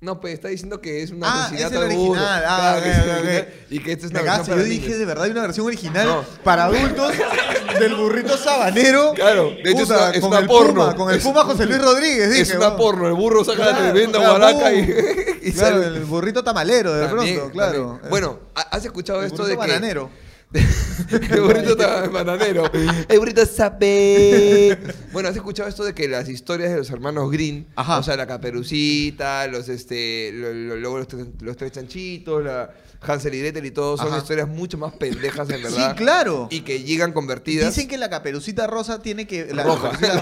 Speaker 1: No, pues está diciendo que es un
Speaker 3: Ah,
Speaker 1: asesinato
Speaker 3: es el
Speaker 1: al burro.
Speaker 3: original. Ah,
Speaker 1: Claro que es el
Speaker 3: ok, ok, ok.
Speaker 1: original. Y que esta es
Speaker 3: Me
Speaker 1: una
Speaker 3: cagaste,
Speaker 1: versión para
Speaker 3: yo
Speaker 1: niños.
Speaker 3: dije de verdad hay una versión original
Speaker 1: No.
Speaker 3: para adultos del burrito sabanero.
Speaker 1: Claro, de hecho es
Speaker 3: Puta,
Speaker 1: una- es
Speaker 3: con
Speaker 1: una
Speaker 3: el
Speaker 1: porno.
Speaker 3: Puma, con el
Speaker 1: Es-
Speaker 3: Puma José Luis Rodríguez, dije.
Speaker 1: es una
Speaker 3: weón.
Speaker 1: porno, el burro saca
Speaker 3: Claro,
Speaker 1: la tremenda
Speaker 3: claro,
Speaker 1: guaraca y,
Speaker 3: boom.
Speaker 1: y
Speaker 3: Claro,
Speaker 1: sale.
Speaker 3: el burrito tamalero de
Speaker 1: También,
Speaker 3: pronto, claro.
Speaker 1: también. Bueno, ¿ha- ¿has escuchado
Speaker 3: el
Speaker 1: esto
Speaker 3: burrito
Speaker 1: de que
Speaker 3: bananero.
Speaker 1: el burrito está bananero. El burrito sabe. Bueno, ¿has escuchado esto de que las historias de los hermanos Green,
Speaker 3: Ajá.
Speaker 1: o sea, la caperucita, los este, lo- lo- luego los, tres- los tres chanchitos, la Hansel y Gretel y todo, son
Speaker 3: Ajá.
Speaker 1: historias mucho más pendejas en
Speaker 3: Sí,
Speaker 1: verdad.
Speaker 3: claro.
Speaker 1: Y que llegan convertidas.
Speaker 3: Dicen que la caperucita rosa tiene que la
Speaker 1: Roja.
Speaker 3: caperucita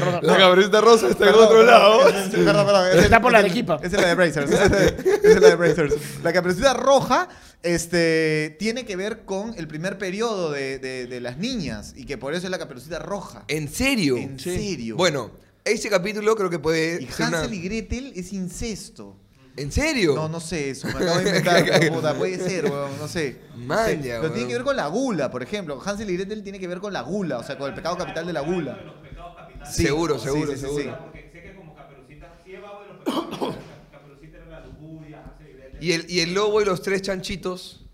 Speaker 3: roja.
Speaker 1: La caperucita rosa está
Speaker 3: Perdón,
Speaker 1: en otro
Speaker 3: perdón,
Speaker 1: lado.
Speaker 3: es- es- Perdón, perdón. es-
Speaker 2: Está por la
Speaker 3: es-
Speaker 2: Arequipa.
Speaker 3: Esa es la de Brazers. Esa es la de- esa es la de Brazers. La caperucita roja este, tiene que ver con el primer periodo de, de- de las niñas y que por eso es la caperucita roja.
Speaker 1: ¿En serio?
Speaker 3: En serio.
Speaker 1: Bueno, ese capítulo creo que puede.
Speaker 3: Y
Speaker 1: ser una-
Speaker 3: Hansel y Gretel es incesto.
Speaker 1: ¿En serio?
Speaker 3: No, no sé eso. Me acabo de inventar. pero puta, puede ser, weón. No sé. No sé.
Speaker 1: Maña,
Speaker 3: Pero tiene
Speaker 1: weón.
Speaker 3: que ver con la gula, por ejemplo. Hansel y Gretel tiene que ver con la gula, o sea, con el pecado capital de la gula.
Speaker 5: Los pecados capitales.
Speaker 3: Sí,
Speaker 1: Seguro,
Speaker 3: sí,
Speaker 1: seguro,
Speaker 3: sí, sí,
Speaker 1: seguro.
Speaker 3: sí.
Speaker 5: Porque sé que como Caperucita, sí es vago de los pecados capitales. Caperucita era la lujuria, Hansel y Gretel.
Speaker 1: Y el, y el lobo y los tres chanchitos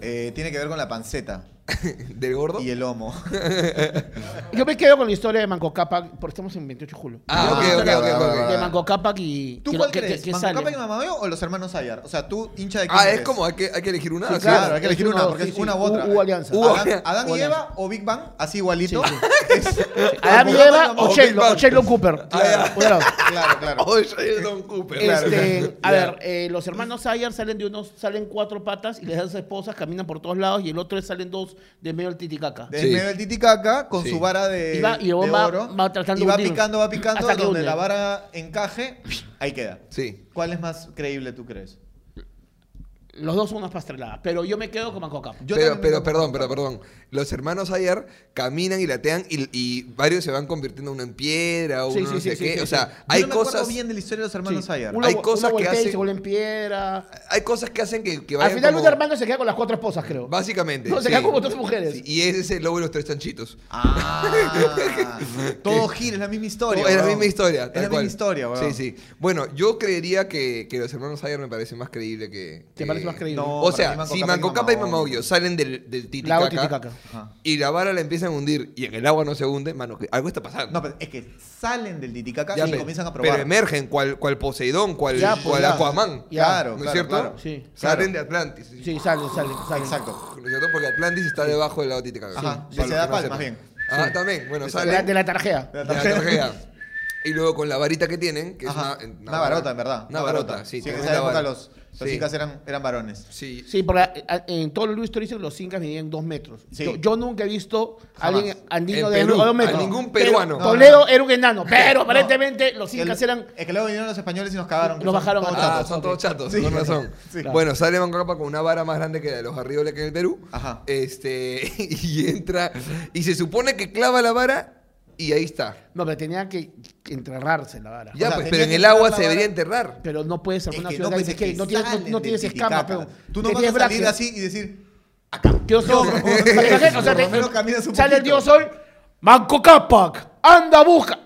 Speaker 3: Eh, tiene que ver con la panceta
Speaker 1: del gordo.
Speaker 3: y el lomo.
Speaker 2: Yo me quedo con la historia de Manco Cápac, porque estamos en 28 de julio.
Speaker 1: Ah,
Speaker 2: Yo
Speaker 1: ok,
Speaker 2: creo que
Speaker 1: ok,
Speaker 2: la
Speaker 1: ok,
Speaker 2: historia
Speaker 1: ok, ok.
Speaker 2: De Manco Cápac y...
Speaker 3: ¿Tú
Speaker 2: que-
Speaker 3: cuál
Speaker 2: que- que-
Speaker 3: crees?
Speaker 2: que
Speaker 3: ¿Manco
Speaker 2: sale.
Speaker 3: Cápac y Mamameo o los hermanos Ayar? O sea, tú hincha de quién
Speaker 1: Ah, es
Speaker 3: eres?
Speaker 1: como hay que, hay que elegir una.
Speaker 2: Sí,
Speaker 1: ¿sí?
Speaker 3: Claro, hay que elegir
Speaker 2: Es
Speaker 3: una
Speaker 2: uno,
Speaker 3: porque
Speaker 2: sí,
Speaker 3: es
Speaker 2: sí.
Speaker 3: una u
Speaker 2: U-
Speaker 3: otra.
Speaker 2: U alianza.
Speaker 1: U
Speaker 3: Adán,
Speaker 1: alianza.
Speaker 3: Adán
Speaker 2: U
Speaker 3: y
Speaker 2: alianza.
Speaker 3: Eva o Big Bang, así igualito.
Speaker 2: Sí,
Speaker 3: Adam
Speaker 2: Adam y Eva o Sheldon-
Speaker 1: Big
Speaker 2: o
Speaker 1: Bang.
Speaker 2: Sheldon Cooper.
Speaker 1: Ah, ya.
Speaker 2: Por un lado.
Speaker 3: Claro, claro.
Speaker 1: Oh, Sheldon Cooper.
Speaker 3: Claro,
Speaker 2: Este,
Speaker 3: claro.
Speaker 2: A
Speaker 1: Ya.
Speaker 2: ver, eh, los hermanos Sayer salen de unos, salen cuatro patas y les dan sus esposas, caminan por todos lados y el otro es salen dos de medio del titicaca.
Speaker 3: Del
Speaker 1: Sí.
Speaker 3: medio del Titicaca con
Speaker 1: Sí.
Speaker 3: su vara de,
Speaker 2: Y va- y
Speaker 3: de
Speaker 2: va-
Speaker 3: oro.
Speaker 2: va tratando
Speaker 3: y va
Speaker 2: de hundir.
Speaker 3: picando, va picando.
Speaker 2: Hasta que
Speaker 3: donde
Speaker 2: hunde.
Speaker 3: la vara encaje, ahí queda.
Speaker 1: Sí.
Speaker 3: ¿Cuál es más creíble, tú crees?
Speaker 2: Los dos son unas pastreladas, pero yo me quedo con Manco Cápac.
Speaker 3: Yo
Speaker 1: pero,
Speaker 3: también
Speaker 1: pero,
Speaker 3: me-
Speaker 1: perdón, pero, perdón. Los hermanos ayer caminan y latean y, y varios se van convirtiendo uno en piedra,
Speaker 2: Sí,
Speaker 1: uno
Speaker 2: sí,
Speaker 1: no
Speaker 2: sí,
Speaker 1: sé
Speaker 2: sí,
Speaker 1: qué.
Speaker 2: sí,
Speaker 1: o
Speaker 2: sí.
Speaker 1: sea,
Speaker 3: Yo
Speaker 1: hay
Speaker 3: no me acuerdo
Speaker 1: cosas.
Speaker 3: bien de la historia de los hermanos
Speaker 2: Sí.
Speaker 3: Ayar.
Speaker 2: Uno-
Speaker 1: Hay cosas
Speaker 2: uno
Speaker 1: que
Speaker 2: voltea y
Speaker 1: hacen-
Speaker 2: se vuelven piedra.
Speaker 1: Hay cosas que hacen que, que
Speaker 2: Al
Speaker 1: vayan
Speaker 2: final
Speaker 1: como-
Speaker 2: un hermano se queda con las cuatro esposas, creo.
Speaker 1: Básicamente.
Speaker 2: No, se
Speaker 1: sí.
Speaker 2: queda como tres mujeres.
Speaker 1: Sí, Y ese es el lobo y los tres chanchitos.
Speaker 3: Ah, todo gira, es la misma historia.
Speaker 1: es la
Speaker 3: weón.
Speaker 1: misma historia.
Speaker 3: Es
Speaker 1: tal
Speaker 3: la
Speaker 1: cual.
Speaker 3: misma historia,
Speaker 1: Sí,
Speaker 3: weón.
Speaker 1: sí. Bueno, yo creería que, que los hermanos Ayer me parece más creíble que.
Speaker 2: ¿Te
Speaker 1: que-
Speaker 2: parece más creíble?
Speaker 3: No,
Speaker 1: o
Speaker 3: para mí
Speaker 1: sea,
Speaker 3: Manco
Speaker 1: si
Speaker 3: Cápac y
Speaker 1: Manco Capa y
Speaker 3: Mamamoo.
Speaker 1: Mamamoyo salen del, del
Speaker 2: Lago
Speaker 1: titicaca,
Speaker 2: Titicaca.
Speaker 3: Ajá.
Speaker 1: y la vara la empiezan a hundir y en el agua no se hunde, mano, que algo está pasando.
Speaker 3: No, pero es que salen del Titicaca
Speaker 1: Ya,
Speaker 3: y
Speaker 1: pe-
Speaker 3: comienzan a probar.
Speaker 1: Pero emergen, cual, cual Poseidón, cual,
Speaker 2: Ya, pues,
Speaker 1: cual
Speaker 2: ya.
Speaker 1: Aquaman.
Speaker 2: Ya.
Speaker 3: Claro,
Speaker 1: ¿No es
Speaker 3: claro,
Speaker 1: cierto?
Speaker 3: claro.
Speaker 2: Sí.
Speaker 1: Salen de Atlantis.
Speaker 2: Sí, salen, salen, salen.
Speaker 3: Exacto.
Speaker 1: ¿No es cierto? Porque Atlantis está debajo del lago Titicaca.
Speaker 3: Ajá,
Speaker 1: Para
Speaker 3: de
Speaker 1: los
Speaker 3: Ciudad
Speaker 1: que no
Speaker 3: Palma,
Speaker 1: sepan.
Speaker 3: bien.
Speaker 1: Ah, también. Bueno,
Speaker 2: De la,
Speaker 1: salen
Speaker 2: de la tarjea.
Speaker 3: De la
Speaker 1: de la tarjea. Y luego con la varita que tienen, que
Speaker 3: Ajá.
Speaker 1: es una,
Speaker 3: Una varota, en verdad.
Speaker 1: Una varota, sí.
Speaker 3: en
Speaker 1: tienen
Speaker 3: esa
Speaker 1: una
Speaker 3: época
Speaker 1: vara.
Speaker 3: los, los
Speaker 1: Sí.
Speaker 3: incas eran, eran varones.
Speaker 1: Sí.
Speaker 2: Sí, porque a- a- en todo el Luis dicen que los incas medían dos metros.
Speaker 3: Sí.
Speaker 2: Yo, yo nunca he visto a
Speaker 3: Jamás.
Speaker 2: alguien andino
Speaker 1: En
Speaker 2: de
Speaker 1: Perú,
Speaker 2: dos metros.
Speaker 1: a ningún
Speaker 2: Pero
Speaker 1: peruano.
Speaker 2: Toledo
Speaker 3: No, no,
Speaker 2: era un enano, pero aparentemente los incas
Speaker 3: El-
Speaker 2: eran...
Speaker 3: Es que luego vinieron los españoles y nos cagaron. que
Speaker 2: Nos
Speaker 3: son
Speaker 2: bajaron
Speaker 3: todos
Speaker 2: a-
Speaker 1: Ah,
Speaker 3: chatos.
Speaker 1: son todos chatos,
Speaker 3: Sí.
Speaker 1: con razón.
Speaker 3: Sí.
Speaker 2: Claro.
Speaker 1: Bueno, sale Manco Cápac con una vara más grande que la de los arrioles que en el Perú.
Speaker 3: Ajá.
Speaker 1: Este, y entra, y se supone que clava la vara y ahí está.
Speaker 2: No, pero tenían que enterrarse la vara.
Speaker 1: Ya,
Speaker 3: sea,
Speaker 1: pues,
Speaker 3: tenía
Speaker 1: pero en
Speaker 3: que
Speaker 1: el agua
Speaker 3: clavar la
Speaker 1: se debería
Speaker 3: vara.
Speaker 1: enterrar.
Speaker 2: Pero no puedes ser
Speaker 3: Es
Speaker 2: una
Speaker 3: que
Speaker 2: ciudad
Speaker 3: no, pues,
Speaker 2: grande,
Speaker 3: es
Speaker 2: que
Speaker 3: que
Speaker 2: no tienes, no,
Speaker 3: salen
Speaker 2: no
Speaker 3: del
Speaker 2: tienes escamas,
Speaker 3: Titicaca.
Speaker 2: pero
Speaker 3: Tú no vas a
Speaker 2: tienes
Speaker 3: salir
Speaker 2: brazos.
Speaker 3: así y decir,
Speaker 2: Dios
Speaker 3: Yo,
Speaker 2: Sol.
Speaker 3: por lo menos,
Speaker 2: Imagínate, o sea,
Speaker 3: por lo
Speaker 2: te-
Speaker 3: menos caminas un
Speaker 2: Sale el
Speaker 3: poquito.
Speaker 2: Dios Sol, Manco Capac, anda, busca.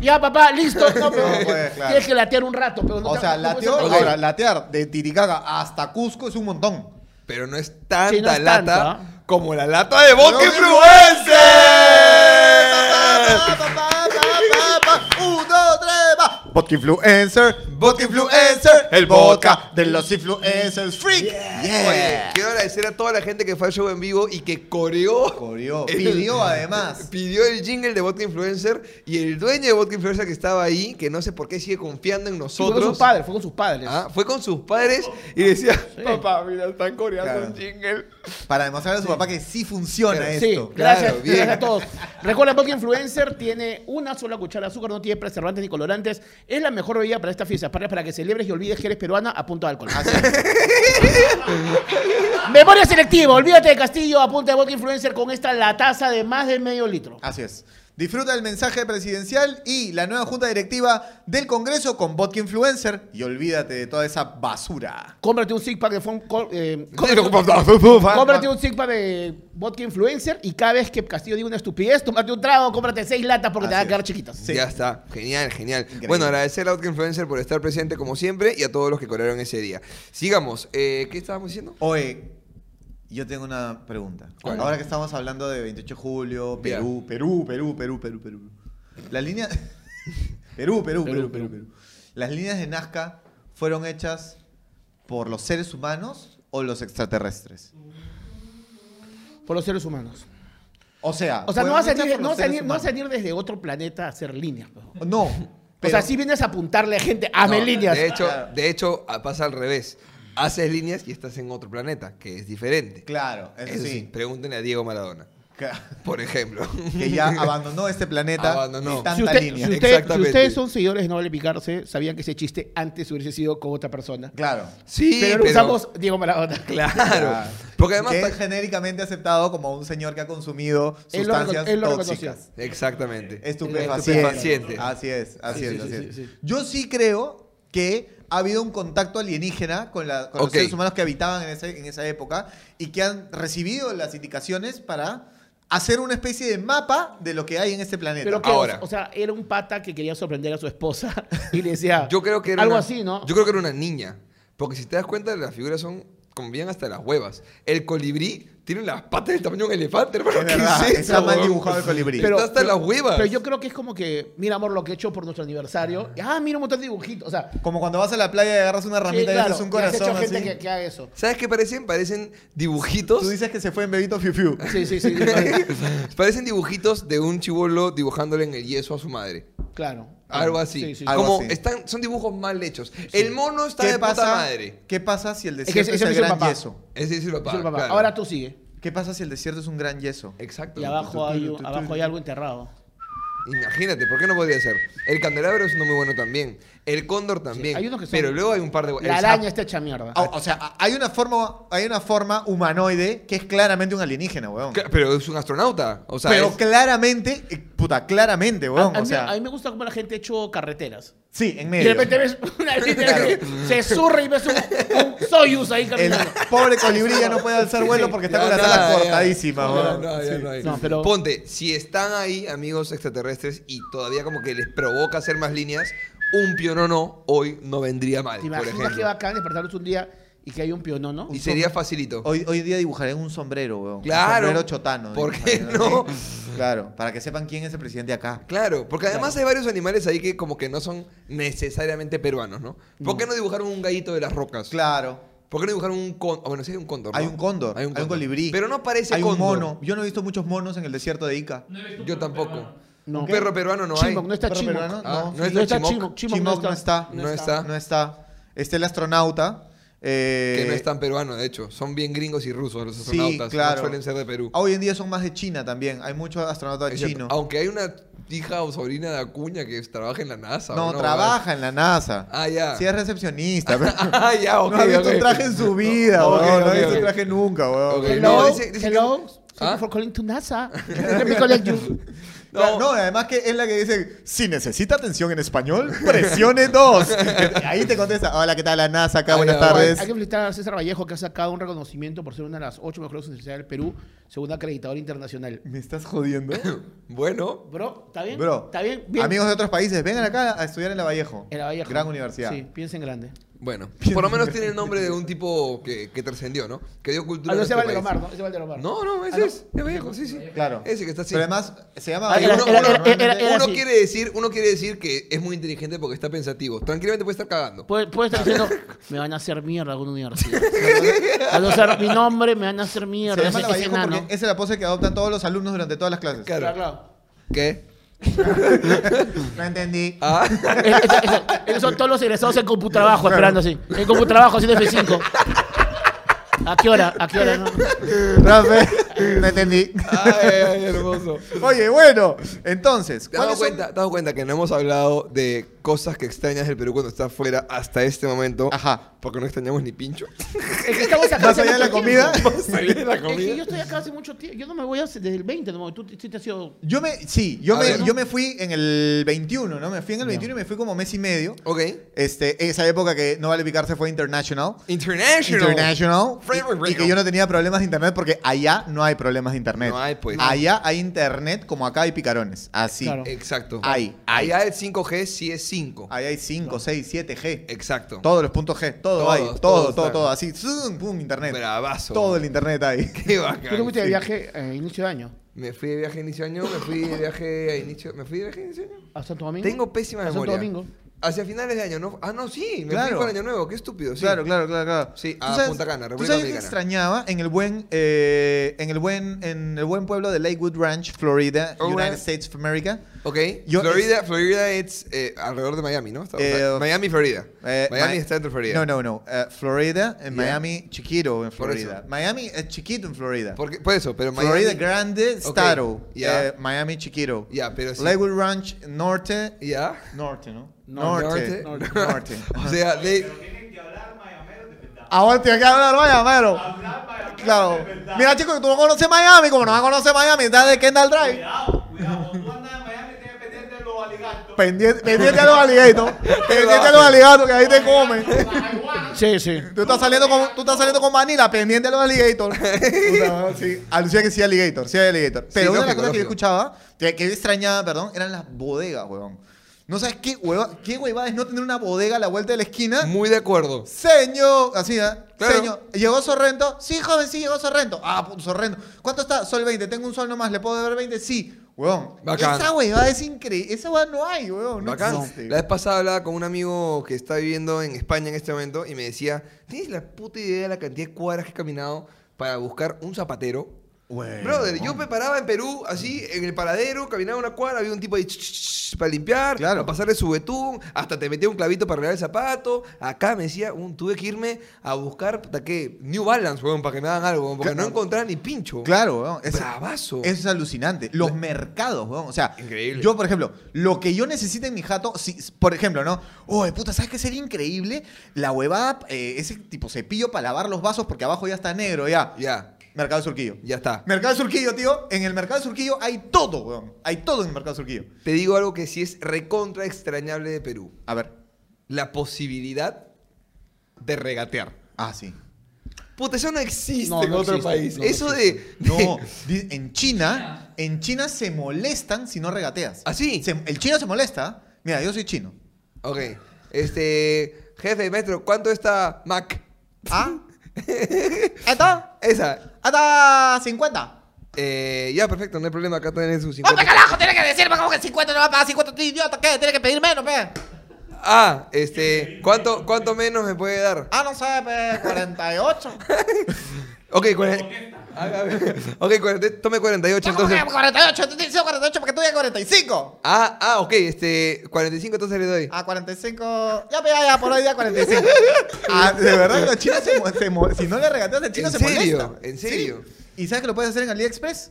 Speaker 2: Ya, papá, listo. No, pero
Speaker 3: No, pues, claro.
Speaker 2: Tienes que latear un rato. Pero no
Speaker 3: o
Speaker 2: te-
Speaker 3: sea,
Speaker 2: no puedes
Speaker 3: lateó,
Speaker 2: hacer-
Speaker 1: Ok.
Speaker 3: ahora, latear de Titicaca hasta Cusco es un montón.
Speaker 1: Pero no es tanta
Speaker 2: Sí, no es
Speaker 1: lata
Speaker 2: tanta.
Speaker 1: como la lata de Bosque
Speaker 3: ¡Bosque
Speaker 1: Influencer.
Speaker 3: Pa, pa, pa, pa, pa, pa, pa. Un, dos, tres, va. Bot Influencer, bot influencer, el boca de los influencers, freak. Yeah.
Speaker 1: Oye, quiero agradecer a toda la gente que fue al show en vivo y que coreó,
Speaker 3: Corrió.
Speaker 1: El-
Speaker 3: Pidió además.
Speaker 1: pidió el jingle de Vodka Influencer y el dueño de Vodka Influencer que estaba ahí, que no sé por qué sigue confiando en
Speaker 2: Sí, Fue con sus
Speaker 1: nosotros.
Speaker 2: padres, fue con sus padres.
Speaker 1: Ah, fue con sus padres y decía,
Speaker 2: Sí.
Speaker 1: papá, mira, están coreando
Speaker 3: Claro.
Speaker 1: un jingle.
Speaker 3: Para demostrarle a su papá que sí funciona
Speaker 2: Sí,
Speaker 3: esto.
Speaker 2: gracias,
Speaker 1: Claro, bien.
Speaker 2: gracias a todos. Recuerda, Vodka Influencer tiene una sola cuchara de azúcar, no tiene preservantes ni colorantes. Es la mejor bebida para esta fiesta, para, para que celebres y olvides que eres peruana a punto de alcohol. Memoria selectiva, olvídate de Castillo, apunta de Vodka Influencer con esta la taza de más de medio litro.
Speaker 3: Así es. Disfruta el mensaje presidencial y la nueva junta directiva del Congreso con Vodka Influencer y olvídate de toda esa basura.
Speaker 2: Cómprate un six pack de fon- col- eh, cómprate, un- cómprate
Speaker 3: Cómprate
Speaker 2: un six pack de vodka influencer y cada vez que Castillo diga una estupidez, tómate un trago, cómprate seis latas porque te
Speaker 3: Así
Speaker 2: van a
Speaker 3: es.
Speaker 2: quedar chiquitas.
Speaker 3: Sí.
Speaker 1: Ya está, genial, genial.
Speaker 3: Increíble.
Speaker 1: Bueno, agradecer a Vodka Influencer por estar presente como siempre y a todos los que corearon ese día. Sigamos, eh, ¿qué estábamos diciendo?
Speaker 3: Oye, yo tengo una pregunta.
Speaker 1: ¿Cuál?
Speaker 3: Ahora que estamos hablando de 28 de julio,
Speaker 1: Ya.
Speaker 3: Perú, Perú, Perú, Perú, Perú, Perú. La línea... Perú, Perú, Perú, Perú, Perú. Las líneas de Nazca fueron hechas por los seres humanos o los extraterrestres.
Speaker 2: Por los seres humanos.
Speaker 3: O sea,
Speaker 2: O sea, no va a
Speaker 3: fueron hechas
Speaker 2: salir,
Speaker 3: por
Speaker 2: no va a
Speaker 3: los seres
Speaker 2: salir- no va a
Speaker 3: humanos.
Speaker 2: salir desde otro planeta a hacer líneas. pues.
Speaker 3: No.
Speaker 2: o sea, si vienes a apuntarle a gente, hazme
Speaker 1: No,
Speaker 2: líneas.
Speaker 1: De hecho,
Speaker 3: Claro.
Speaker 1: de hecho, a- pasa al revés. Haces líneas y estás en otro planeta, que es diferente.
Speaker 3: Claro, eso,
Speaker 1: Eso sí,
Speaker 3: sí.
Speaker 1: pregúntenle a Diego Maradona,
Speaker 3: Claro.
Speaker 1: por ejemplo.
Speaker 3: que ya abandonó este planeta
Speaker 1: Abandonó.
Speaker 3: y tanta
Speaker 2: si, usted-
Speaker 3: línea.
Speaker 2: si usted- si
Speaker 1: Exactamente.
Speaker 2: ustedes son seguidores de No Vale Picarse, sabían que ese chiste antes hubiese sido con otra persona.
Speaker 3: Claro.
Speaker 1: Sí,
Speaker 2: pero, lo usamos Diego Maradona.
Speaker 1: Claro. Porque además...
Speaker 3: que
Speaker 1: pa-
Speaker 3: es genéricamente aceptado como un señor que ha consumido
Speaker 2: Él lo recono-
Speaker 3: sustancias
Speaker 2: él lo reconoció.
Speaker 3: tóxicas.
Speaker 1: Exactamente.
Speaker 3: Estupefaciente.
Speaker 1: Estupefaciente.
Speaker 3: Así es, así
Speaker 2: Sí,
Speaker 3: es,
Speaker 2: sí,
Speaker 3: así
Speaker 2: sí,
Speaker 3: es.
Speaker 2: sí, sí.
Speaker 3: Yo sí creo que ha habido un contacto alienígena con, la- con
Speaker 1: Ok.
Speaker 3: los seres humanos que habitaban en, ese- en esa época y que han recibido las indicaciones para hacer una especie de mapa de lo que hay en este planeta.
Speaker 2: Pero que,
Speaker 1: Ahora.
Speaker 2: o, o sea, era un pata que quería sorprender a su esposa y le decía
Speaker 1: Yo creo que era
Speaker 2: algo
Speaker 1: una-
Speaker 2: así, ¿no?
Speaker 1: Yo creo que era una niña. Porque si te das cuenta, las figuras son como bien hasta las huevas. El colibrí tiene las patas del tamaño de un elefante, hermano.
Speaker 3: Es
Speaker 1: ¿Qué
Speaker 3: verdad,
Speaker 1: es eso,
Speaker 3: está mal
Speaker 1: weón?
Speaker 3: dibujado el colibrí.
Speaker 1: Está hasta las huevas.
Speaker 2: Pero yo creo que es como que, mira, amor, lo que he hecho por nuestro aniversario. Y, Ah, mira un montón de dibujitos. O sea,
Speaker 3: Como cuando vas a la playa y agarras una ramita
Speaker 2: sí,
Speaker 3: y
Speaker 2: claro,
Speaker 3: haces
Speaker 2: y
Speaker 3: un
Speaker 2: has
Speaker 3: corazón
Speaker 2: hecho gente
Speaker 3: así.
Speaker 2: que, que haga eso.
Speaker 1: ¿Sabes qué parecen? Parecen dibujitos.
Speaker 3: Tú dices que se fue en Bebito Fiu Fiu.
Speaker 2: Sí, sí, sí.
Speaker 1: Parecen dibujitos de un chivolo dibujándole en el yeso a su madre.
Speaker 2: claro.
Speaker 1: Algo así.
Speaker 2: Sí, sí, sí.
Speaker 3: Ah, Algo
Speaker 1: Como
Speaker 3: así.
Speaker 1: están, son dibujos mal hechos. El mono está
Speaker 3: ¿Qué
Speaker 1: de puta madre.
Speaker 3: ¿Qué pasa si el
Speaker 2: que
Speaker 3: desierto es,
Speaker 2: ese- ese
Speaker 3: el
Speaker 2: es el
Speaker 3: gran
Speaker 2: papá.
Speaker 3: yeso?
Speaker 1: Es decir, papá.
Speaker 2: Sí, papá.
Speaker 1: claro.
Speaker 2: Ahora tú sigue.
Speaker 3: ¿Qué pasa si el desierto es un gran yeso?
Speaker 1: Exacto.
Speaker 2: Y abajo hay, abajo hay algo enterrado.
Speaker 1: Imagínate, ¿por qué no podría ser? El candelabro es uno muy bueno también. El cóndor también.
Speaker 2: hay unos que son-
Speaker 1: Pero luego hay un par de. el
Speaker 2: La
Speaker 1: sapo.
Speaker 2: araña está hecha mierda.
Speaker 1: Ah,
Speaker 3: Ah, O, o sea, a- hay una forma, hay una forma humanoide que es claramente un alienígena, weón.
Speaker 1: Cla- Pero es un astronauta. O sea,
Speaker 3: Pero
Speaker 1: es-
Speaker 3: claramente, eh, puta, claramente,
Speaker 2: a, a
Speaker 3: weón.
Speaker 2: mí,
Speaker 3: o sea,
Speaker 2: a mí me gusta cómo la gente ha hecho carreteras.
Speaker 3: sí, en
Speaker 2: Y
Speaker 3: medio.
Speaker 2: de repente ves una línea que se surre y ves un, un Soyuz ahí
Speaker 3: el
Speaker 2: caminando.
Speaker 3: pobre colibrí ya no puede alzar vuelo porque está
Speaker 1: Ya
Speaker 3: con la
Speaker 1: no,
Speaker 3: sala
Speaker 1: ya.
Speaker 3: cortadísima,
Speaker 1: No,
Speaker 3: weón.
Speaker 1: no, ya no hay.
Speaker 2: No, pero-
Speaker 1: Ponte, si están ahí amigos extraterrestres y todavía como que les provoca hacer más líneas, un pionono hoy no vendría mal,
Speaker 2: ¿Te
Speaker 1: por
Speaker 2: imaginas que
Speaker 1: ejemplo.
Speaker 2: bacán despertarnos un día y que hay un pionono?
Speaker 1: Y sería facilito.
Speaker 3: Hoy, hoy día dibujaré un sombrero, weón.
Speaker 1: Claro.
Speaker 3: Un sombrero chotano.
Speaker 1: ¿Por
Speaker 3: dibujaré,
Speaker 1: qué no?
Speaker 3: Claro, para que sepan quién es el presidente acá.
Speaker 1: Claro, porque además hay varios animales ahí que como que no son necesariamente peruanos, ¿no? ¿Por qué no dibujaron un gallito de las rocas?
Speaker 3: Claro.
Speaker 1: ¿Por qué no dibujaron un cóndor? Bueno, sí hay un cóndor. ¿no?
Speaker 3: Hay un cóndor, hay un,
Speaker 1: cóndor.
Speaker 3: colibrí.
Speaker 1: Pero no parece
Speaker 3: Hay un
Speaker 1: cóndor.
Speaker 3: mono. Yo no he visto muchos monos en el desierto de Ica.
Speaker 4: No he visto un
Speaker 1: Yo
Speaker 4: perro
Speaker 1: tampoco.
Speaker 4: peruano.
Speaker 2: No.
Speaker 1: Un perro peruano no hay.
Speaker 2: Chimok, no está
Speaker 3: Perro
Speaker 2: Chimok.
Speaker 3: peruano,
Speaker 1: Ah,
Speaker 3: no.
Speaker 1: no está Chimok.
Speaker 2: Chimok
Speaker 3: Chimok no está.
Speaker 1: No está.
Speaker 3: No está. Está el astronauta. eh,
Speaker 1: Que no es tan peruano, de hecho. Son bien gringos y rusos los
Speaker 3: Sí,
Speaker 1: astronautas.
Speaker 3: claro.
Speaker 1: No suelen ser de Perú.
Speaker 3: ah, Hoy en día son más de China también. Hay muchos astronautas
Speaker 1: Es cierto. Ah,
Speaker 3: chinos.
Speaker 1: Aunque hay una hija o sobrina de Acuña que trabaja en la NASA.
Speaker 3: No,
Speaker 1: ¿o
Speaker 3: trabaja en la NASA.
Speaker 1: Ah, ya.
Speaker 3: Sí, es recepcionista. pero
Speaker 1: ah, ya, ok.
Speaker 3: no ha visto
Speaker 1: ok.
Speaker 3: un traje en su vida,
Speaker 1: Ok,
Speaker 3: weón.
Speaker 1: ok,
Speaker 3: no ha visto
Speaker 1: ok.
Speaker 3: un traje nunca, weón.
Speaker 1: Ok.
Speaker 2: Hello,
Speaker 1: No, dice- dice que-
Speaker 2: hello. Thank
Speaker 1: ¿Ah?
Speaker 2: you for calling to NASA. Let me collect you.
Speaker 1: No.
Speaker 3: Claro, No, además que es la que dice, si necesita atención en español, presione 2. Ahí te contesta, hola, ¿qué tal la NASA acá?
Speaker 1: Ah,
Speaker 3: Buenas
Speaker 1: ya,
Speaker 3: tardes.
Speaker 2: Hay que felicitar a César Vallejo que ha sacado un reconocimiento por ser una de las ocho mejores universidades del Perú, según acreditador internacional.
Speaker 3: ¿Me estás jodiendo?
Speaker 1: Bueno,
Speaker 2: Bro, ¿está bien?
Speaker 3: Bro,
Speaker 2: ¿Está bien? Bien.
Speaker 3: amigos de otros países, vengan acá a estudiar en La Vallejo.
Speaker 2: En la Vallejo.
Speaker 3: Gran universidad.
Speaker 2: Sí, piensa en grande.
Speaker 1: Bueno, por lo menos tiene el nombre de un tipo que, que trascendió, ¿no? Que dio cultura.
Speaker 2: Ah,
Speaker 1: a
Speaker 2: no, ese
Speaker 1: nuestro
Speaker 2: Valderomar,
Speaker 1: país.
Speaker 2: ¿no? Ese Valderomar.
Speaker 1: No, no, ese
Speaker 2: Ah, no.
Speaker 1: es. Es Vallejo, sí, sí.
Speaker 3: Claro.
Speaker 1: Ese que está así.
Speaker 3: Pero además, se llama.
Speaker 2: Ah,
Speaker 1: era-
Speaker 3: Vallejo,
Speaker 1: era-
Speaker 3: ¿no?
Speaker 1: era-
Speaker 3: Normalmente-
Speaker 2: era-
Speaker 1: uno,
Speaker 2: así.
Speaker 1: quiere decir, uno quiere decir que es muy inteligente porque está pensativo. Tranquilamente puede estar cagando.
Speaker 2: Puede, puede estar diciendo, me van a hacer mierda alguna universidad. Al usar mi nombre, me van a hacer
Speaker 3: Se
Speaker 2: mierda.
Speaker 3: llama
Speaker 2: Ese,
Speaker 3: la
Speaker 2: ese
Speaker 3: Vallejo porque
Speaker 2: enano.
Speaker 3: esa es la pose que adoptan todos los alumnos durante todas las clases.
Speaker 1: Claro.
Speaker 2: claro.
Speaker 1: ¿Qué?
Speaker 3: No entendí.
Speaker 1: Ah,
Speaker 2: Es- es- es- Esos son todos los egresados en Computrabajo esperando así. En Computrabajo haciendo F5. ¿A qué hora? ¿A qué hora? No?
Speaker 3: Rafe, no entendí.
Speaker 1: ay, ay, hermoso.
Speaker 3: Oye, bueno, entonces,
Speaker 1: ¿Te has, dado
Speaker 3: ¿cuáles son-
Speaker 1: cuenta, te has dado cuenta que no hemos hablado de cosas que extrañas del Perú cuando estás fuera hasta este momento?
Speaker 3: Ajá.
Speaker 1: Porque no extrañamos ni pincho.
Speaker 2: Es que estamos acá
Speaker 3: Más
Speaker 2: hace
Speaker 3: allá de la
Speaker 2: mucho
Speaker 3: comida.
Speaker 2: tiempo.
Speaker 1: Salir de la
Speaker 2: Es que yo
Speaker 1: comida.
Speaker 2: estoy acá hace mucho tiempo. Yo no me voy hace- desde el 20, no, tú sí te has ido.
Speaker 3: Yo me, sí, yo
Speaker 1: A
Speaker 3: me,
Speaker 1: ver.
Speaker 3: yo me fui en el 21, ¿no? Me fui en el 21 y me fui como mes y medio.
Speaker 1: Ok.
Speaker 3: Este, esa época que no vale picarse fue international.
Speaker 1: International.
Speaker 3: International.
Speaker 1: Framework
Speaker 3: Y, y que
Speaker 1: Radio.
Speaker 3: yo no tenía problemas de internet porque allá no hay problemas de internet.
Speaker 1: No hay, pues.
Speaker 3: Allá hay internet como acá hay picarones. Así.
Speaker 2: Claro.
Speaker 1: Exacto.
Speaker 3: Ahí, ahí.
Speaker 1: Allá el 5G sí es 5.
Speaker 3: Allá hay 5, 6, 7 G.
Speaker 1: Exacto.
Speaker 3: Todos los puntos G. Todo
Speaker 1: Eh, Todos,
Speaker 3: hay. Todo,
Speaker 1: todos
Speaker 3: todo, todo.
Speaker 1: están.
Speaker 3: Así. zoom, Pum, internet.
Speaker 1: Bravazo.
Speaker 3: Todo el internet hay.
Speaker 1: Qué bacán.
Speaker 2: ¿Tú te fuiste de
Speaker 1: Sí.
Speaker 2: viaje a inicio de año?
Speaker 1: Me fui de viaje a inicio de año, me fui de viaje a inicio. ¿Me fui de viaje a inicio de año?
Speaker 2: ¿A Santo Domingo?
Speaker 1: Tengo pésima
Speaker 2: ¿A Santo
Speaker 1: memoria.
Speaker 2: Domingo?
Speaker 1: Hacia finales de año, ¿no? Ah, no, sí. Me fui
Speaker 3: Claro.
Speaker 1: para Año Nuevo, qué estúpido. Sí.
Speaker 3: Claro, claro, claro, claro.
Speaker 1: Sí,
Speaker 3: ¿Tú
Speaker 1: a Punta Cana,
Speaker 3: ¿Tú
Speaker 1: República
Speaker 3: sabes qué
Speaker 1: Dominicana.
Speaker 3: extrañaba en el buen, eh, en el buen, en el buen pueblo de Lakewood Ranch, Florida,
Speaker 1: Alright.
Speaker 3: United States of America?
Speaker 1: Ok.
Speaker 3: Yo-
Speaker 1: Florida, Florida es eh, alrededor de Miami, ¿no? Está- o sea,
Speaker 3: Eh,
Speaker 1: Miami, Florida.
Speaker 3: Eh,
Speaker 1: Miami
Speaker 3: Mi-
Speaker 1: está dentro de Florida.
Speaker 3: No, no, no. Eh, Florida, en
Speaker 1: Yeah.
Speaker 3: Miami, chiquito en
Speaker 1: Por eso.
Speaker 3: Florida. Miami es chiquito en Florida.
Speaker 1: ¿Por, qué? Por eso, pero Miami.
Speaker 3: Florida Grande, Estado.
Speaker 1: yeah.
Speaker 3: Eh, Miami, chiquito.
Speaker 1: Ya, pero sí.
Speaker 3: Lakewood Ranch, norte.
Speaker 1: Ya.
Speaker 3: Norte, ¿no?
Speaker 1: Norte.
Speaker 3: Norte.
Speaker 1: Norte.
Speaker 3: Norte.
Speaker 1: O sea,
Speaker 5: Pero
Speaker 1: de.
Speaker 5: tienen que hablar mayamero de verdad.
Speaker 3: Ahora te voy a hablar, vaya, pero.
Speaker 5: Hablar mayamero de
Speaker 3: Claro.
Speaker 5: verdad.
Speaker 3: Mira, chicos, tú no conoces Miami, como no vas a conocer Miami, estás de Kendall Drive.
Speaker 5: Cuidado, cuidado. Cuando tú andas en Miami, tienes pendiente de los aligatos.
Speaker 3: Pendiente, pendiente a los aligatos. pendiente a los aligatos que ahí te comen.
Speaker 2: Sí, sí.
Speaker 3: Tú estás saliendo con, tú estás saliendo con Manila, pendiente a los alligators. Puta, sí. Alucía que sí alligator, sí hay alligator. Pero una de las
Speaker 1: lógico,
Speaker 3: cosas que yo
Speaker 1: lógico.
Speaker 3: escuchaba, que, que yo extrañaba, perdón, eran las bodegas, weón. No sabes qué hueva, qué huevada es no tener una bodega a la vuelta de la esquina.
Speaker 1: Muy de acuerdo.
Speaker 3: Señor, así, ¿eh?
Speaker 1: Claro.
Speaker 3: Señor, ¿llegó Sorrento? Sí, joven, sí, llegó Sorrento. Ah, puto, Sorrento. ¿Cuánto está? Sol 20, tengo un sol nomás, ¿le puedo deber 20? Sí, weón.
Speaker 1: Bacán.
Speaker 3: Esa huevada es increíble. Esa huevada no hay, weón. No
Speaker 1: Bacán.
Speaker 3: existe.
Speaker 1: La vez pasada hablaba con un amigo que está viviendo en España en este momento y me decía, ¿tienes la puta idea de la cantidad de cuadras que he caminado para buscar un zapatero?
Speaker 3: Weón.
Speaker 1: Brother, yo me paraba en Perú, así, en el paradero, caminaba una cuadra, había un tipo ahí ch, ch, ch, para limpiar,
Speaker 3: Claro.
Speaker 1: para pasarle su betún, hasta te metía un clavito para arreglar el zapato. Acá me decía, un, tuve que irme a buscar, puta, ¿qué? New Balance, weón, para que me hagan algo, weón, porque
Speaker 3: Claro.
Speaker 1: no encontraba ni pincho.
Speaker 3: Claro, weón. Es,
Speaker 1: Bravazo.
Speaker 3: Eso es alucinante. Los mercados, weón. O sea,
Speaker 1: Increíble.
Speaker 3: yo, por ejemplo, lo que yo necesite en mi jato, si, por ejemplo, ¿no? Oye, puta, ¿sabes qué sería increíble? La huevada, eh, ese tipo cepillo para lavar los vasos porque abajo ya está negro, ya.
Speaker 1: Ya,
Speaker 3: Mercado de Surquillo.
Speaker 1: ya está.
Speaker 3: Mercado de Surquillo, tío. En el Mercado de Surquillo hay todo, weón. Hay todo en el Mercado de Surquillo.
Speaker 1: Te digo algo que sí es recontra extrañable de Perú.
Speaker 3: A ver.
Speaker 1: la posibilidad de regatear.
Speaker 3: Ah, sí.
Speaker 1: Puta, eso no existe
Speaker 2: No,
Speaker 1: en
Speaker 2: no
Speaker 1: otro
Speaker 2: existe,
Speaker 1: país.
Speaker 2: no, no
Speaker 1: eso de,
Speaker 3: existe. No, di- en China, en China se molestan si no regateas.
Speaker 1: ¿Ah, sí?
Speaker 3: Se- el chino se molesta. Mira, yo soy chino.
Speaker 1: Ok. Este. Jefe, maestro, ¿cuánto está Mac?
Speaker 3: ¿Ah? ¿Esto?
Speaker 1: Esa.
Speaker 3: ¡Hasta 50!
Speaker 1: Eh, ya, perfecto, no hay problema. Acá tenés sus 50.
Speaker 3: carajo tienes que decirme cómo que 50 no va a pagar 50? ¿Tú idiota qué? Tienes que pedir menos, pe.
Speaker 1: Ah, este. ¿cuánto, ¿Cuánto menos me puede dar?
Speaker 3: Ah, no sé, pe. 48.
Speaker 1: Ok, cuaren- Ah, a ver. Ok, cuarenta- tome 48
Speaker 3: ¿Cómo que
Speaker 1: entonces.
Speaker 3: 48? Tú dices 48 porque tú ya 45.
Speaker 1: Ah, ah, ok, este. 45 entonces le doy.
Speaker 3: Ah, 45. Ya, pe, ya, ya, por hoy día 45. Ah, de verdad, los chinos se, mo- se mo- Si no le regateas, el chino
Speaker 1: ¿En
Speaker 3: se
Speaker 1: serio?
Speaker 3: molesta.
Speaker 1: ¿En serio?
Speaker 3: Sí. ¿Y sabes que lo puedes hacer en AliExpress?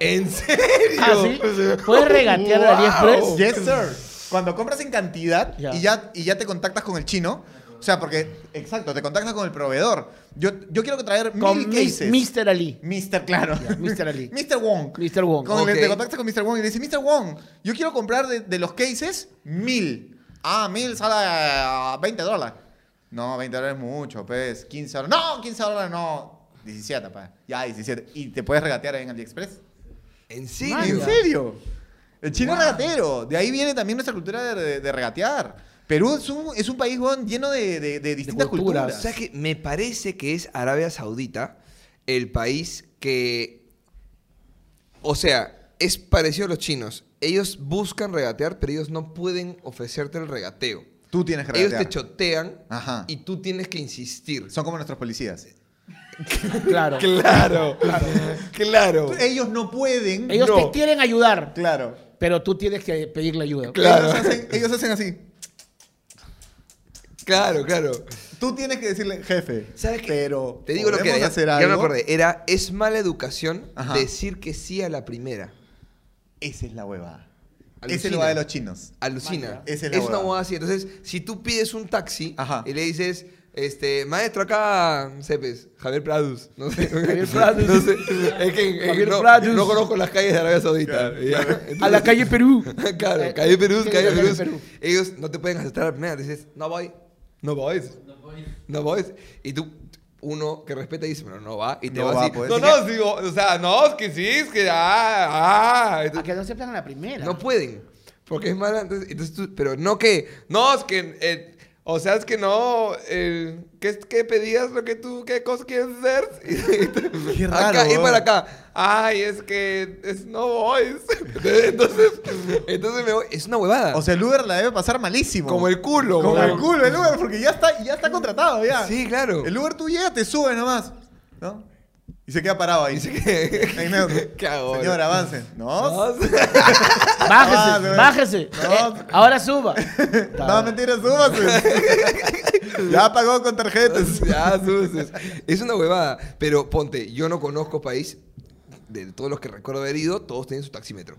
Speaker 1: ¿En serio?
Speaker 2: Ah, sí. ¿Puedes regatear a AliExpress?
Speaker 3: Oh. Yes, sir. Cuando compras en cantidad
Speaker 2: Ya.
Speaker 3: Y, ya, y ya te contactas con el chino. O sea, porque, exacto, te contactas con el proveedor. Yo, yo quiero traer
Speaker 2: Con
Speaker 3: mil
Speaker 2: mi-
Speaker 3: cases.
Speaker 2: Mr. Ali.
Speaker 3: Mister, claro.
Speaker 2: Mr. Ali.
Speaker 3: Mr. Wong.
Speaker 2: Mr. Wong.
Speaker 3: Con-
Speaker 1: Ok.
Speaker 3: Te contactas con Mr. Wong y le dices, Mr. Wong, yo quiero comprar de, de los cases mil. Ah, mil sale a 20 dólares. No, 20 dólares es mucho, pues. 15 dólares. No, 15 dólares no. 17, pues. Ya, 17. ¿Y te puedes regatear en AliExpress?
Speaker 1: ¿En
Speaker 3: Ah,
Speaker 1: serio?
Speaker 3: ¿En serio? El chino es regatero. De ahí viene también nuestra cultura de, de- de regatear. Perú es un, es un país weón, lleno de, de- de distintas
Speaker 2: culturas.
Speaker 3: culturas.
Speaker 1: ¿Sabes qué? Me parece que es Arabia Saudita el país que. O sea, es parecido a los chinos. Ellos buscan regatear, pero ellos no pueden ofrecerte el regateo.
Speaker 3: Tú tienes que
Speaker 1: Ellos te
Speaker 3: regatear.
Speaker 1: chotean
Speaker 3: Ajá.
Speaker 1: y tú tienes que insistir.
Speaker 3: Son como nuestros policías.
Speaker 2: Claro.
Speaker 1: Claro, claro.
Speaker 3: Ellos no pueden.
Speaker 2: Ellos
Speaker 3: No.
Speaker 2: te quieren ayudar,
Speaker 3: Claro.
Speaker 2: pero tú tienes que pedirle ayuda.
Speaker 1: Claro.
Speaker 3: Ellos hacen, ellos hacen así.
Speaker 1: Claro, claro.
Speaker 3: Tú tienes que decirle, jefe.
Speaker 1: ¿Sabes qué?
Speaker 3: Pero.
Speaker 1: Te digo lo que
Speaker 3: ¿podemos
Speaker 1: era.
Speaker 3: hacer
Speaker 1: ya- Ya me
Speaker 3: algo?
Speaker 1: acordé. Era, es mala educación
Speaker 3: Ajá.
Speaker 1: decir que sí a la primera.
Speaker 3: Esa es la huevada.
Speaker 1: Alucina.
Speaker 3: Esa es la huevada de los chinos.
Speaker 1: Alucina.
Speaker 2: Manja.
Speaker 1: Es,
Speaker 3: Esa es la
Speaker 1: una
Speaker 3: huevada.
Speaker 1: moda así. Entonces, si tú pides un taxi
Speaker 3: Ajá.
Speaker 1: y le dices, este, maestro, acá, no sé, pues, Javier Pradus. No sé.
Speaker 2: Javier Pradus.
Speaker 1: No sé. Es que en- en-
Speaker 2: Javier
Speaker 1: no,
Speaker 2: Pradus.
Speaker 1: no conozco las calles de Arabia Saudita.
Speaker 3: Claro,
Speaker 1: Ya.
Speaker 2: A la calle Perú.
Speaker 1: Entonces, Claro,
Speaker 2: Eh,
Speaker 1: calle Perú,
Speaker 2: sí,
Speaker 1: calle
Speaker 2: la calle
Speaker 1: Perú.
Speaker 2: Perú.
Speaker 1: Ellos no te pueden aceptar a la primera. Dices, no voy. No voy.
Speaker 4: No voy.
Speaker 1: No vas. Y tú, uno que respeta dice, pero no va. Y te
Speaker 3: No
Speaker 1: va,
Speaker 3: va,
Speaker 1: así.
Speaker 3: pues.
Speaker 1: No, no, sí, o, o sea, no, es que sí, es que ah, ah.
Speaker 2: A
Speaker 1: Entonces,
Speaker 2: que no aceptan a la primera.
Speaker 1: no pueden. Porque es mala. Entonces, entonces tú, pero no que, no, es que, eh, o sea, es que no, eh, ¿qué, qué pedías lo que tú, qué cosa quieres hacer? Y-
Speaker 3: Qué raro,
Speaker 1: acá, y
Speaker 3: weón.
Speaker 1: para acá. Ay, es que es no voy. Entonces, entonces me voy. Es una huevada.
Speaker 3: O sea, el Uber la debe pasar malísimo.
Speaker 1: como el culo.
Speaker 3: Como
Speaker 1: weón.
Speaker 3: el culo, el Uber, porque ya está, ya está contratado, ya.
Speaker 1: Sí, claro.
Speaker 3: El Uber tú llegas, te subes nomás. ¿No? Y se queda parado ahí.
Speaker 1: Dice que...
Speaker 3: Ahí neutro.
Speaker 1: ¿Qué hago?
Speaker 3: Señor, avance. No. Ah,
Speaker 2: Bájese,
Speaker 3: no.
Speaker 2: bájese.
Speaker 3: No.
Speaker 2: Eh, ahora suba.
Speaker 3: No, mentira, súbase. ya pagó con tarjetas.
Speaker 1: Ya, suces. Es una huevada. Pero ponte, yo no conozco país. De todos los que recuerdo haber ido, todos tienen su taxímetro.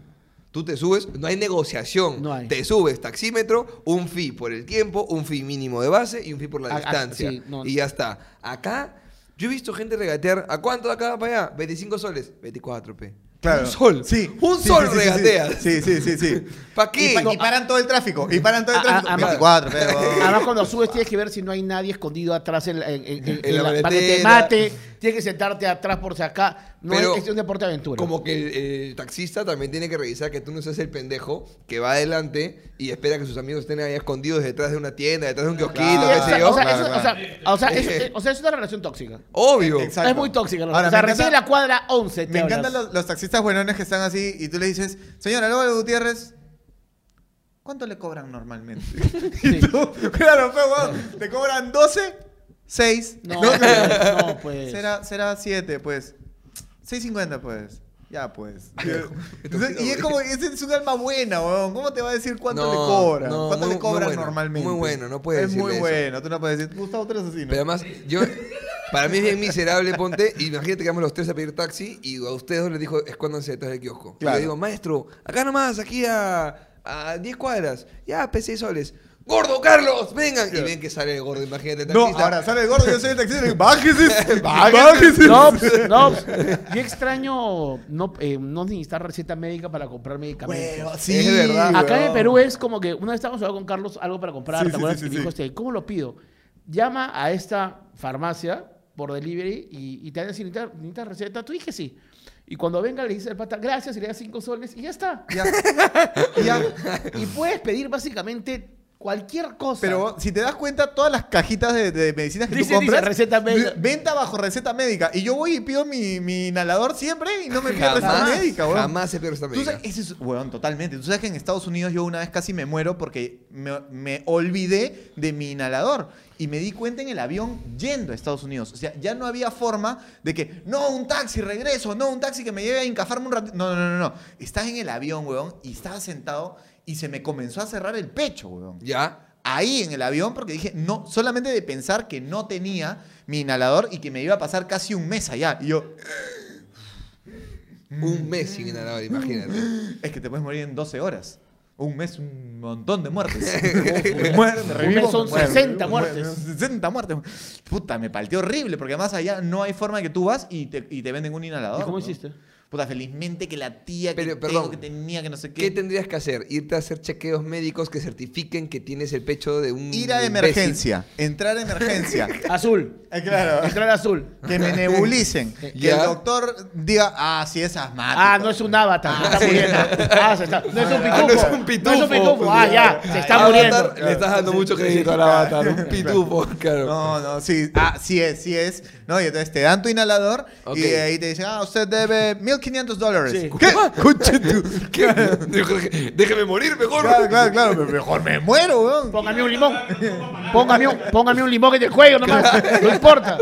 Speaker 1: Tú te subes, no hay negociación.
Speaker 2: No hay.
Speaker 1: Te subes, taxímetro, un fee por el tiempo, un fee mínimo de base y un fee por la
Speaker 2: A- a-
Speaker 1: distancia.
Speaker 2: sí, no.
Speaker 1: Y ya está. Acá, yo he visto gente regatear. ¿A cuánto de acá para allá? 25 soles. 24, p.
Speaker 3: Claro.
Speaker 1: Un sol.
Speaker 3: Sí.
Speaker 1: Un
Speaker 3: Sí,
Speaker 1: sol
Speaker 3: sí, sí, sí,
Speaker 1: regateas.
Speaker 3: Sí, sí, sí, sí.
Speaker 1: ¿Para qué?
Speaker 3: Y, pa- y paran todo el tráfico. Y paran todo el
Speaker 2: A- a-
Speaker 3: tráfico.
Speaker 2: a-
Speaker 3: 24, pero.
Speaker 2: Además, cuando subes tienes que ver si no hay nadie escondido atrás en, la- en- en- en-
Speaker 1: En la
Speaker 2: en la- para que te
Speaker 1: maletera.
Speaker 2: mate. Tienes que sentarte atrás por si acá. No
Speaker 1: Pero-
Speaker 2: es, es un deporte de aventura.
Speaker 1: Como que el, el taxista también tiene que revisar que tú no seas el pendejo que va adelante y espera que sus amigos estén ahí escondidos detrás de una tienda, detrás de un kiosquito,
Speaker 2: Sí,
Speaker 3: Claro.
Speaker 1: qué sé yo.
Speaker 2: Ah, o, sea,
Speaker 3: Claro,
Speaker 2: eso- o
Speaker 3: claro.
Speaker 2: sea, o sea, es, eh, o sea, es una relación tóxica.
Speaker 1: Obvio.
Speaker 3: Exacto.
Speaker 2: Es muy tóxica. ¿no?
Speaker 3: Ahora,
Speaker 2: o sea,
Speaker 3: me
Speaker 2: recién
Speaker 3: encanta-
Speaker 2: la cuadra 11. te
Speaker 3: Me encantan
Speaker 2: hablas.
Speaker 3: los, los taxistas buenones que están así y tú le dices, señora Lola Gutiérrez, ¿cuánto le cobran normalmente?
Speaker 2: Sí.
Speaker 3: Y tú, claro, pues, weón, te cobran 12, 6.
Speaker 2: No, pues, no, pues.
Speaker 3: Será, será 7, pues. 6.50, pues. Ya, pues. Entonces, y es como, ese es un alma buena, weón. ¿Cómo te va a decir cuánto
Speaker 1: No,
Speaker 3: le cobran?
Speaker 1: no,
Speaker 3: ¿Cuánto
Speaker 1: muy-
Speaker 3: le cobran
Speaker 1: muy bueno,
Speaker 3: normalmente?
Speaker 1: muy bueno, no puedes
Speaker 3: Es muy
Speaker 1: decirle eso.
Speaker 3: bueno, tú no puedes decir, Gustavo, tú eres asesino.
Speaker 1: Pero además, yo, para mí es bien miserable, ponte, imagínate que vamos los tres a pedir taxi y a ustedes dos les dijo, escóndanse detrás del kiosco. Y
Speaker 3: Claro.
Speaker 1: le digo, maestro, acá nomás, aquí a, a 10 cuadras, ya, PC soles. ¡Gordo, Carlos! ¡Vengan! Y ven que sale el gordo, imagínate el
Speaker 3: no,
Speaker 1: taxista.
Speaker 3: ahora sale el gordo, yo soy el taxista. y digo, Bájese,
Speaker 1: Bájese.
Speaker 3: bájese.
Speaker 2: No, pues, no. pues, Yo extraño no, eh, no necesitar receta médica para comprar medicamentos.
Speaker 3: Huevo, sí,
Speaker 1: Es verdad.
Speaker 2: Acá en
Speaker 3: huevón.
Speaker 2: Perú es como que una vez estábamos hablando con Carlos algo para comprar,
Speaker 3: Sí,
Speaker 2: ¿te
Speaker 3: sí,
Speaker 2: acuerdas?
Speaker 3: sí,
Speaker 2: Y
Speaker 3: sí,
Speaker 2: me dijo,
Speaker 3: sí.
Speaker 2: este, ¿cómo lo pido? Llama a esta farmacia por delivery y, y te van a decir, "¿Necesitas- ¿necesitas receta? Tú dije sí. Y cuando venga le dices al pata, gracias, y le das cinco soles y ya está.
Speaker 3: Ya.
Speaker 2: Ya. y puedes pedir básicamente cualquier cosa.
Speaker 3: Pero si te das cuenta, todas las cajitas de, de medicinas que
Speaker 2: Dice,
Speaker 3: tú compras.
Speaker 2: dice, receta médica.
Speaker 3: de- Venta bajo receta médica. Y yo voy y pido mi, mi inhalador siempre y no me piden receta
Speaker 1: Jamás,
Speaker 3: médica, weón.
Speaker 1: jamás se pierde esta
Speaker 3: Tú
Speaker 1: medida.
Speaker 3: sabes, ese es, weón, totalmente. Tú sabes que en Estados Unidos yo una vez casi me muero porque me, me olvidé de mi inhalador. Y me di cuenta en el avión yendo a Estados Unidos. O sea, ya no había forma de que, no, un taxi, regreso, no, un taxi que me lleve a encafarme un ratito. No, no, no, no. Estás en el avión, weón, y estaba sentado y se me comenzó a cerrar el pecho, weón
Speaker 1: Ya.
Speaker 3: ahí en el avión porque dije, no, solamente de pensar que no tenía mi inhalador y que me iba a pasar casi un mes allá. Y yo,
Speaker 1: Un mes sin inhalador, imagínate.
Speaker 3: es que te puedes morir en 12 horas. Un mes, un montón de muertes. Me muero, me revivo,
Speaker 2: mes son
Speaker 3: me muero,
Speaker 2: 60
Speaker 3: me muero,
Speaker 2: muertes.
Speaker 3: 60 muertes. Puta, me palteó horrible porque además allá no hay forma de que tú vas y te, y te venden un inhalador.
Speaker 2: ¿Y cómo
Speaker 3: ¿no?
Speaker 2: hiciste?
Speaker 3: Puta, felizmente que la tía que,
Speaker 1: Pero,
Speaker 3: tengo,
Speaker 1: perdón,
Speaker 3: que tenía que no sé qué.
Speaker 1: ¿Qué tendrías que hacer? Irte a hacer chequeos médicos que certifiquen que tienes el pecho de un.
Speaker 3: Ir a
Speaker 1: imbécil.
Speaker 3: emergencia, entrar a emergencia.
Speaker 2: Azul.
Speaker 3: Eh, claro.
Speaker 2: Entrar azul.
Speaker 3: Que me nebulicen. Que
Speaker 1: Ya.
Speaker 3: el doctor diga, ah, sí es asmático.
Speaker 2: Ah, no es un avatar, se está muriendo. Ah, se está, no es un pitufo.
Speaker 1: Ah, no es un pitufo.
Speaker 2: No es un pitufo. Ah, ya, se está
Speaker 1: Avatar,
Speaker 2: muriendo.
Speaker 1: Le estás dando mucho crédito al avatar. Un pitufo, claro.
Speaker 3: No, no, sí. Ah, sí es, sí es. No, y entonces te dan tu inhalador
Speaker 1: Ok.
Speaker 3: y de ahí te dicen, ah, usted debe 1500 dólares.
Speaker 2: Sí.
Speaker 1: ¿Qué? Concha tu- ¿Qué? Déjame- Déjame morir mejor.
Speaker 3: Claro, claro, claro. pero Mejor me muero, weón.
Speaker 2: Póngame un limón. Póngame un, póngame un limón en el cuello nomás. No importa.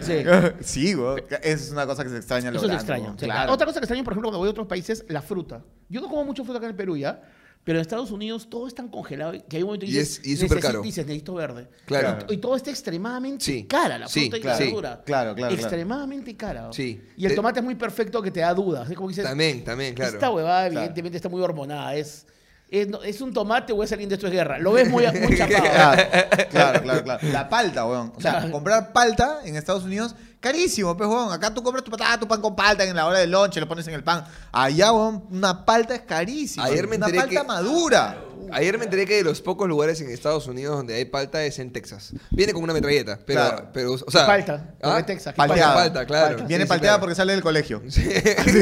Speaker 2: Sí.
Speaker 3: Sí, weón. Eso es una cosa que se extraña en
Speaker 2: Eso es
Speaker 3: Lorano,
Speaker 2: extraño.
Speaker 3: weón,
Speaker 2: sí.
Speaker 3: Claro.
Speaker 2: Otra cosa que extraño, por ejemplo, cuando voy a otros países, la fruta. Yo no como mucho fruta acá en el Perú ya, pero en Estados Unidos todo es tan congelado que hay un momento que
Speaker 1: Y
Speaker 2: dices,
Speaker 1: es- y es
Speaker 2: "Necesito-
Speaker 1: supercaro".
Speaker 2: dices, necesito verde.
Speaker 1: Claro.
Speaker 2: Y, y todo está extremadamente
Speaker 1: Sí,
Speaker 2: cara, la
Speaker 1: sí,
Speaker 2: fruta y
Speaker 1: claro,
Speaker 2: la
Speaker 1: sí,
Speaker 2: verdura.
Speaker 3: claro, claro, claro.
Speaker 2: Extremadamente cara.
Speaker 1: Sí.
Speaker 2: Y el
Speaker 1: Te-
Speaker 2: tomate es muy perfecto que te da dudas. Es como que dices,
Speaker 1: También, también, claro.
Speaker 2: esta huevada evidentemente está muy hormonada. Es, es, no- es un tomate o es alguien de esto es guerra. Lo ves muy, muy chapado.
Speaker 3: Claro, claro, claro, claro. La palta, weón. O sea,
Speaker 2: Claro.
Speaker 3: comprar palta en Estados Unidos, carísimo, pues, weón. Acá tú compras tu patata, tu pan con palta en la hora del lunch, lo pones en el pan. Allá, weón, una palta es carísima.
Speaker 1: Ayer me
Speaker 3: una
Speaker 1: enteré
Speaker 3: palta
Speaker 1: que-
Speaker 3: madura.
Speaker 1: Ayer me enteré que de los pocos lugares en Estados Unidos donde hay palta es en Texas. Viene con una metralleta, pero,
Speaker 3: Claro.
Speaker 1: pero o sea,
Speaker 2: Palta,
Speaker 1: ¿Ah?
Speaker 2: porque Texas, ¿qué
Speaker 1: Palteada.
Speaker 3: palta?
Speaker 1: Palta, claro.
Speaker 2: Palta.
Speaker 3: Viene
Speaker 1: Sí, sí,
Speaker 3: palteada
Speaker 1: claro.
Speaker 3: porque sale del colegio.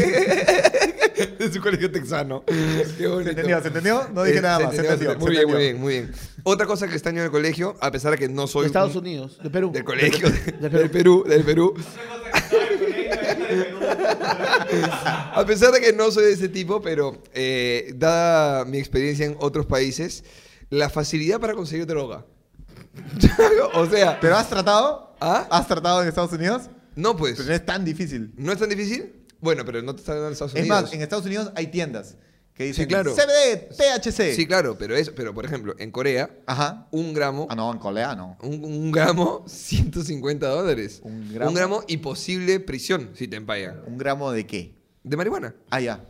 Speaker 1: de su colegio texano. Qué bonito.
Speaker 3: ¿Se entendió? ¿Se entendió? No dije
Speaker 1: Eh,
Speaker 3: nada
Speaker 1: se
Speaker 3: más. Se
Speaker 1: entendió,
Speaker 3: entendió.
Speaker 1: se- Muy
Speaker 3: se
Speaker 1: bien, muy
Speaker 3: entendió.
Speaker 1: bien, muy bien. Otra cosa que extraño del colegio, a pesar de que no soy
Speaker 2: De Estados
Speaker 1: un-
Speaker 2: Unidos, de Perú.
Speaker 1: del colegio,
Speaker 2: De
Speaker 1: del Perú, del Perú. A pesar de que no soy de ese tipo, pero eh, dada mi experiencia en otros países, la facilidad para conseguir droga. o sea,
Speaker 3: ¿Pero has tratado?
Speaker 1: ¿Ah?
Speaker 3: ¿Has tratado en Estados Unidos?
Speaker 1: no pues,
Speaker 3: Pero no es tan difícil.
Speaker 1: no es tan difícil. Bueno, pero no te están dando en Estados
Speaker 3: Es
Speaker 1: Unidos.
Speaker 3: más, en Estados Unidos hay tiendas que dicen
Speaker 1: claro.
Speaker 3: CBD, THC.
Speaker 1: Sí, claro, pero eso, pero por ejemplo, en Corea,
Speaker 3: Ajá.
Speaker 1: un gramo,
Speaker 3: Ah, no, en Corea no.
Speaker 1: un, un gramo, 150 dólares.
Speaker 3: Un gramo.
Speaker 1: Un gramo y posible prisión si te empallan.
Speaker 3: ¿Un gramo de qué?
Speaker 1: ¿De marihuana?
Speaker 3: Ah, ya.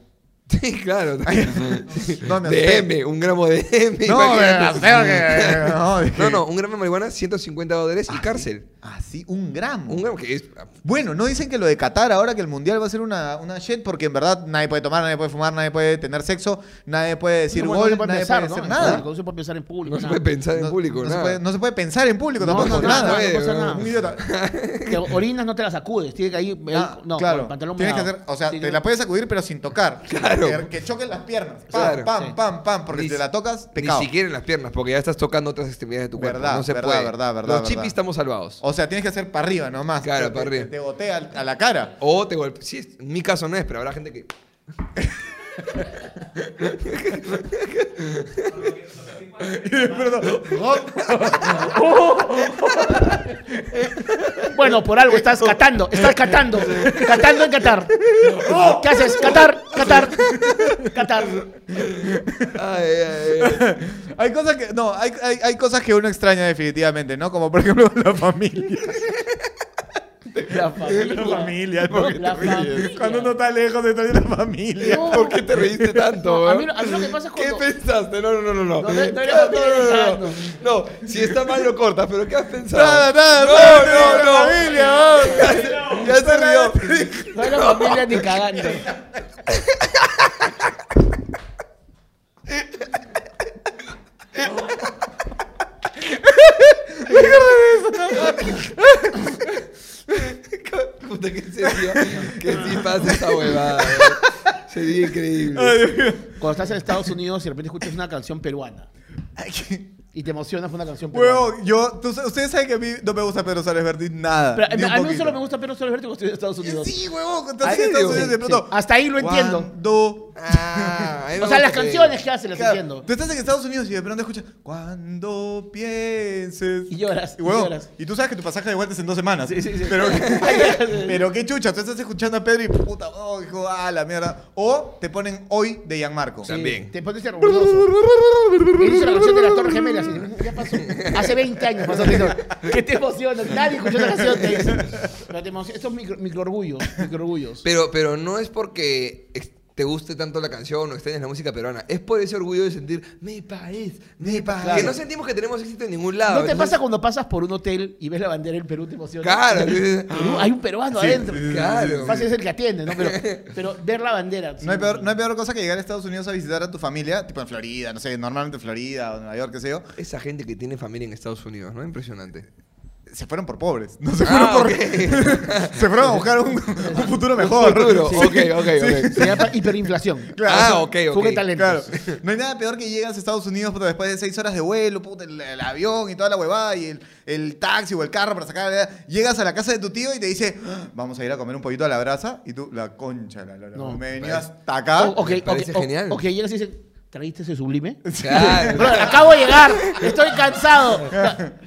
Speaker 1: Sí, claro.
Speaker 3: No, me asusté.
Speaker 1: de M, un gramo de M.
Speaker 3: No,
Speaker 1: imagínate.
Speaker 3: pero que. No, dije-
Speaker 1: no, no, un gramo de marihuana, 150 dólares y cárcel.
Speaker 3: Ah, sí, un gramo.
Speaker 1: Un gramo que es...
Speaker 3: Bueno, no dicen que lo de Qatar ahora que el mundial va a ser una, una shit porque en verdad nadie puede tomar, nadie puede fumar, nadie puede tener sexo, nadie puede decir
Speaker 2: No,
Speaker 3: gol,
Speaker 2: no se puede
Speaker 3: nadie
Speaker 2: pensar,
Speaker 3: puede
Speaker 2: ¿no?
Speaker 3: hacer
Speaker 2: En
Speaker 3: nada.
Speaker 2: público, No se puede pensar en público.
Speaker 1: No se
Speaker 2: nada.
Speaker 1: puede pensar en
Speaker 3: No-
Speaker 1: público,
Speaker 3: no, se
Speaker 1: nada.
Speaker 3: puede, no se puede pensar en público,
Speaker 2: No,
Speaker 3: tampoco
Speaker 2: no,
Speaker 3: nada.
Speaker 2: nada,
Speaker 1: puede,
Speaker 2: no pasa
Speaker 1: weón.
Speaker 2: nada.
Speaker 3: Un idiota.
Speaker 2: Te orinas, no te la sacudes. Tiene que ir.
Speaker 3: Ah,
Speaker 2: no,
Speaker 3: claro.
Speaker 2: con el pantalón
Speaker 3: Tienes que
Speaker 2: mojado.
Speaker 3: hacer, o sea,
Speaker 2: Sí,
Speaker 3: te
Speaker 2: que-
Speaker 3: la puedes sacudir pero sin tocar.
Speaker 1: Claro.
Speaker 3: Que, que choquen las piernas. Pam,
Speaker 1: Claro.
Speaker 3: pam,
Speaker 2: Sí.
Speaker 3: pam, pam, porque
Speaker 1: Ni
Speaker 3: si te
Speaker 1: si-
Speaker 3: la tocas,
Speaker 1: Ni
Speaker 3: pecado.
Speaker 1: siquiera en las piernas, porque ya estás tocando otras extremidades de tu cuerpo.
Speaker 3: Verdad,
Speaker 1: no se
Speaker 3: verdad,
Speaker 1: puede.
Speaker 3: verdad, verdad,
Speaker 1: Los
Speaker 3: verdad.
Speaker 1: chipis estamos salvados.
Speaker 3: O sea, tienes que hacer para arriba nomás.
Speaker 1: Claro,
Speaker 3: Te-
Speaker 1: para
Speaker 3: te-
Speaker 1: arriba.
Speaker 3: Te botea al- a la cara.
Speaker 1: O te golpeas. Sí, es- en mi caso no es, pero habrá gente que.
Speaker 2: Bueno, por algo estás catando. Estás catando. Catando en Qatar. ¿Qué haces? Qatar, Qatar, Qatar.
Speaker 1: Ay, ay, ay.
Speaker 3: Hay cosas que. No, hay, hay, hay cosas que uno extraña definitivamente, ¿no? Como por ejemplo la familia.
Speaker 2: La familia.
Speaker 3: La familia, ¿no?
Speaker 2: La familia.
Speaker 3: Cuando uno está lejos, extraña la familia.
Speaker 2: No.
Speaker 1: ¿Por qué te reíste tanto,
Speaker 2: No, a, mí,
Speaker 1: weón?
Speaker 2: lo- a mí lo que pasa es
Speaker 1: ¿Qué
Speaker 2: cuando...
Speaker 1: pensaste? No, no, no, no. No,
Speaker 2: No, no, no,
Speaker 1: no,
Speaker 2: no,
Speaker 1: no, no,
Speaker 2: no.
Speaker 1: no. No, si está mal lo cortas, pero ¿qué has pensado?
Speaker 3: Nada, nada,
Speaker 1: No,
Speaker 3: nada,
Speaker 1: no, no.
Speaker 3: extraña La familia, vamos.
Speaker 1: Ya se rió.
Speaker 2: No hay la familia ni cagando.
Speaker 1: Puta que se dio. Que sí
Speaker 2: Ah.
Speaker 1: pasa esa huevada. weón. Sería increíble.
Speaker 2: Cuando estás en Estados Unidos y de repente escuchas una canción peruana
Speaker 3: Ay, qué-
Speaker 2: y te emocionas por una canción peruana.
Speaker 3: Huevón, yo. tú- ustedes saben que a mí no me gusta Pedro Sárez Verdiz nada.
Speaker 2: Pero,
Speaker 3: ni un
Speaker 2: a mí
Speaker 3: poquito.
Speaker 2: solo me gusta Pedro Solo Verte cuando estoy en Estados Unidos.
Speaker 3: Sí, huevón, estás
Speaker 1: ¿En
Speaker 3: en Estados
Speaker 1: serio?
Speaker 3: Unidos y de
Speaker 2: Sí.
Speaker 3: pronto.
Speaker 2: Hasta ahí lo entiendo.
Speaker 3: Cuando-
Speaker 1: Ah, a mí me
Speaker 2: O sea, las
Speaker 1: gusta
Speaker 2: canciones que hace las
Speaker 3: Claro,
Speaker 2: entiendo.
Speaker 3: Tú estás en Estados Unidos y de pronto escuchas cuando pienses.
Speaker 2: Y lloras,
Speaker 3: Y, huevón,
Speaker 2: y lloras.
Speaker 3: y tú sabes que tu pasaje de vuelta es en dos semanas.
Speaker 2: Sí, sí, sí.
Speaker 3: Pero, pero qué chucha, tú estás escuchando a Pedro y puta, oh, hijo, ah, la mierda. O te ponen hoy de Gianmarco.
Speaker 2: Sí,
Speaker 1: También.
Speaker 2: Te pones orgulloso. Hizo la canción de las Torres Gemelas. y Ya pasó. Hace 20 años pasó eso. Que te emociona. Nadie escuchó la canción. Te dice. Pero te emociona. Estos micro, microorgullos. Microorgullos.
Speaker 1: Pero, pero no es porque ex- te guste tanto la canción o extrañes la música peruana. Es por ese orgullo de sentir, mi país, mi país.
Speaker 2: Claro.
Speaker 1: Que no sentimos que tenemos éxito en ningún lado.
Speaker 2: ¿No te
Speaker 1: entonces-
Speaker 2: pasa cuando pasas por un hotel y ves la bandera del Perú, te emociona?
Speaker 1: Claro.
Speaker 2: Perú, hay un peruano
Speaker 1: Sí,
Speaker 2: adentro.
Speaker 1: sí, sí, claro.
Speaker 2: Fácil es el que atiende, ¿no? Pero, pero ver la bandera. sí.
Speaker 3: No hay, peor, no hay peor cosa que llegar a Estados Unidos a visitar a tu familia, tipo en Florida, no sé, normalmente Florida o Nueva York, qué sé yo.
Speaker 1: Esa gente que tiene familia en Estados Unidos, ¿no? Impresionante.
Speaker 3: Se fueron por pobres, no se fueron
Speaker 1: Ah,
Speaker 3: por...
Speaker 1: ok.
Speaker 3: se fueron a buscar un, un futuro mejor.
Speaker 1: futuro,
Speaker 3: Sí.
Speaker 1: ok, ok, ok.
Speaker 2: Se llama hiperinflación.
Speaker 3: Claro.
Speaker 1: ah, ok, ok.
Speaker 2: Fuga de talentos.
Speaker 3: Claro. No hay nada peor que llegas a Estados Unidos puta, después de seis horas de vuelo, puta, el, el avión y toda la huevada y el, el taxi o el carro para sacar. la- Llegas a la casa de tu tío y te dice, "Ah, vamos a ir a comer un pollito a la brasa y tú, la concha, la, la- la-
Speaker 2: No,
Speaker 3: me he venido
Speaker 1: pues.
Speaker 3: hasta acá.
Speaker 2: O- ok,
Speaker 1: me
Speaker 2: ok,
Speaker 1: parece
Speaker 2: o-
Speaker 1: genial.
Speaker 2: Ok, llegas y dices, ¿trajiste ese sublime?
Speaker 1: Claro.
Speaker 2: Brother, acabo de llegar, estoy cansado.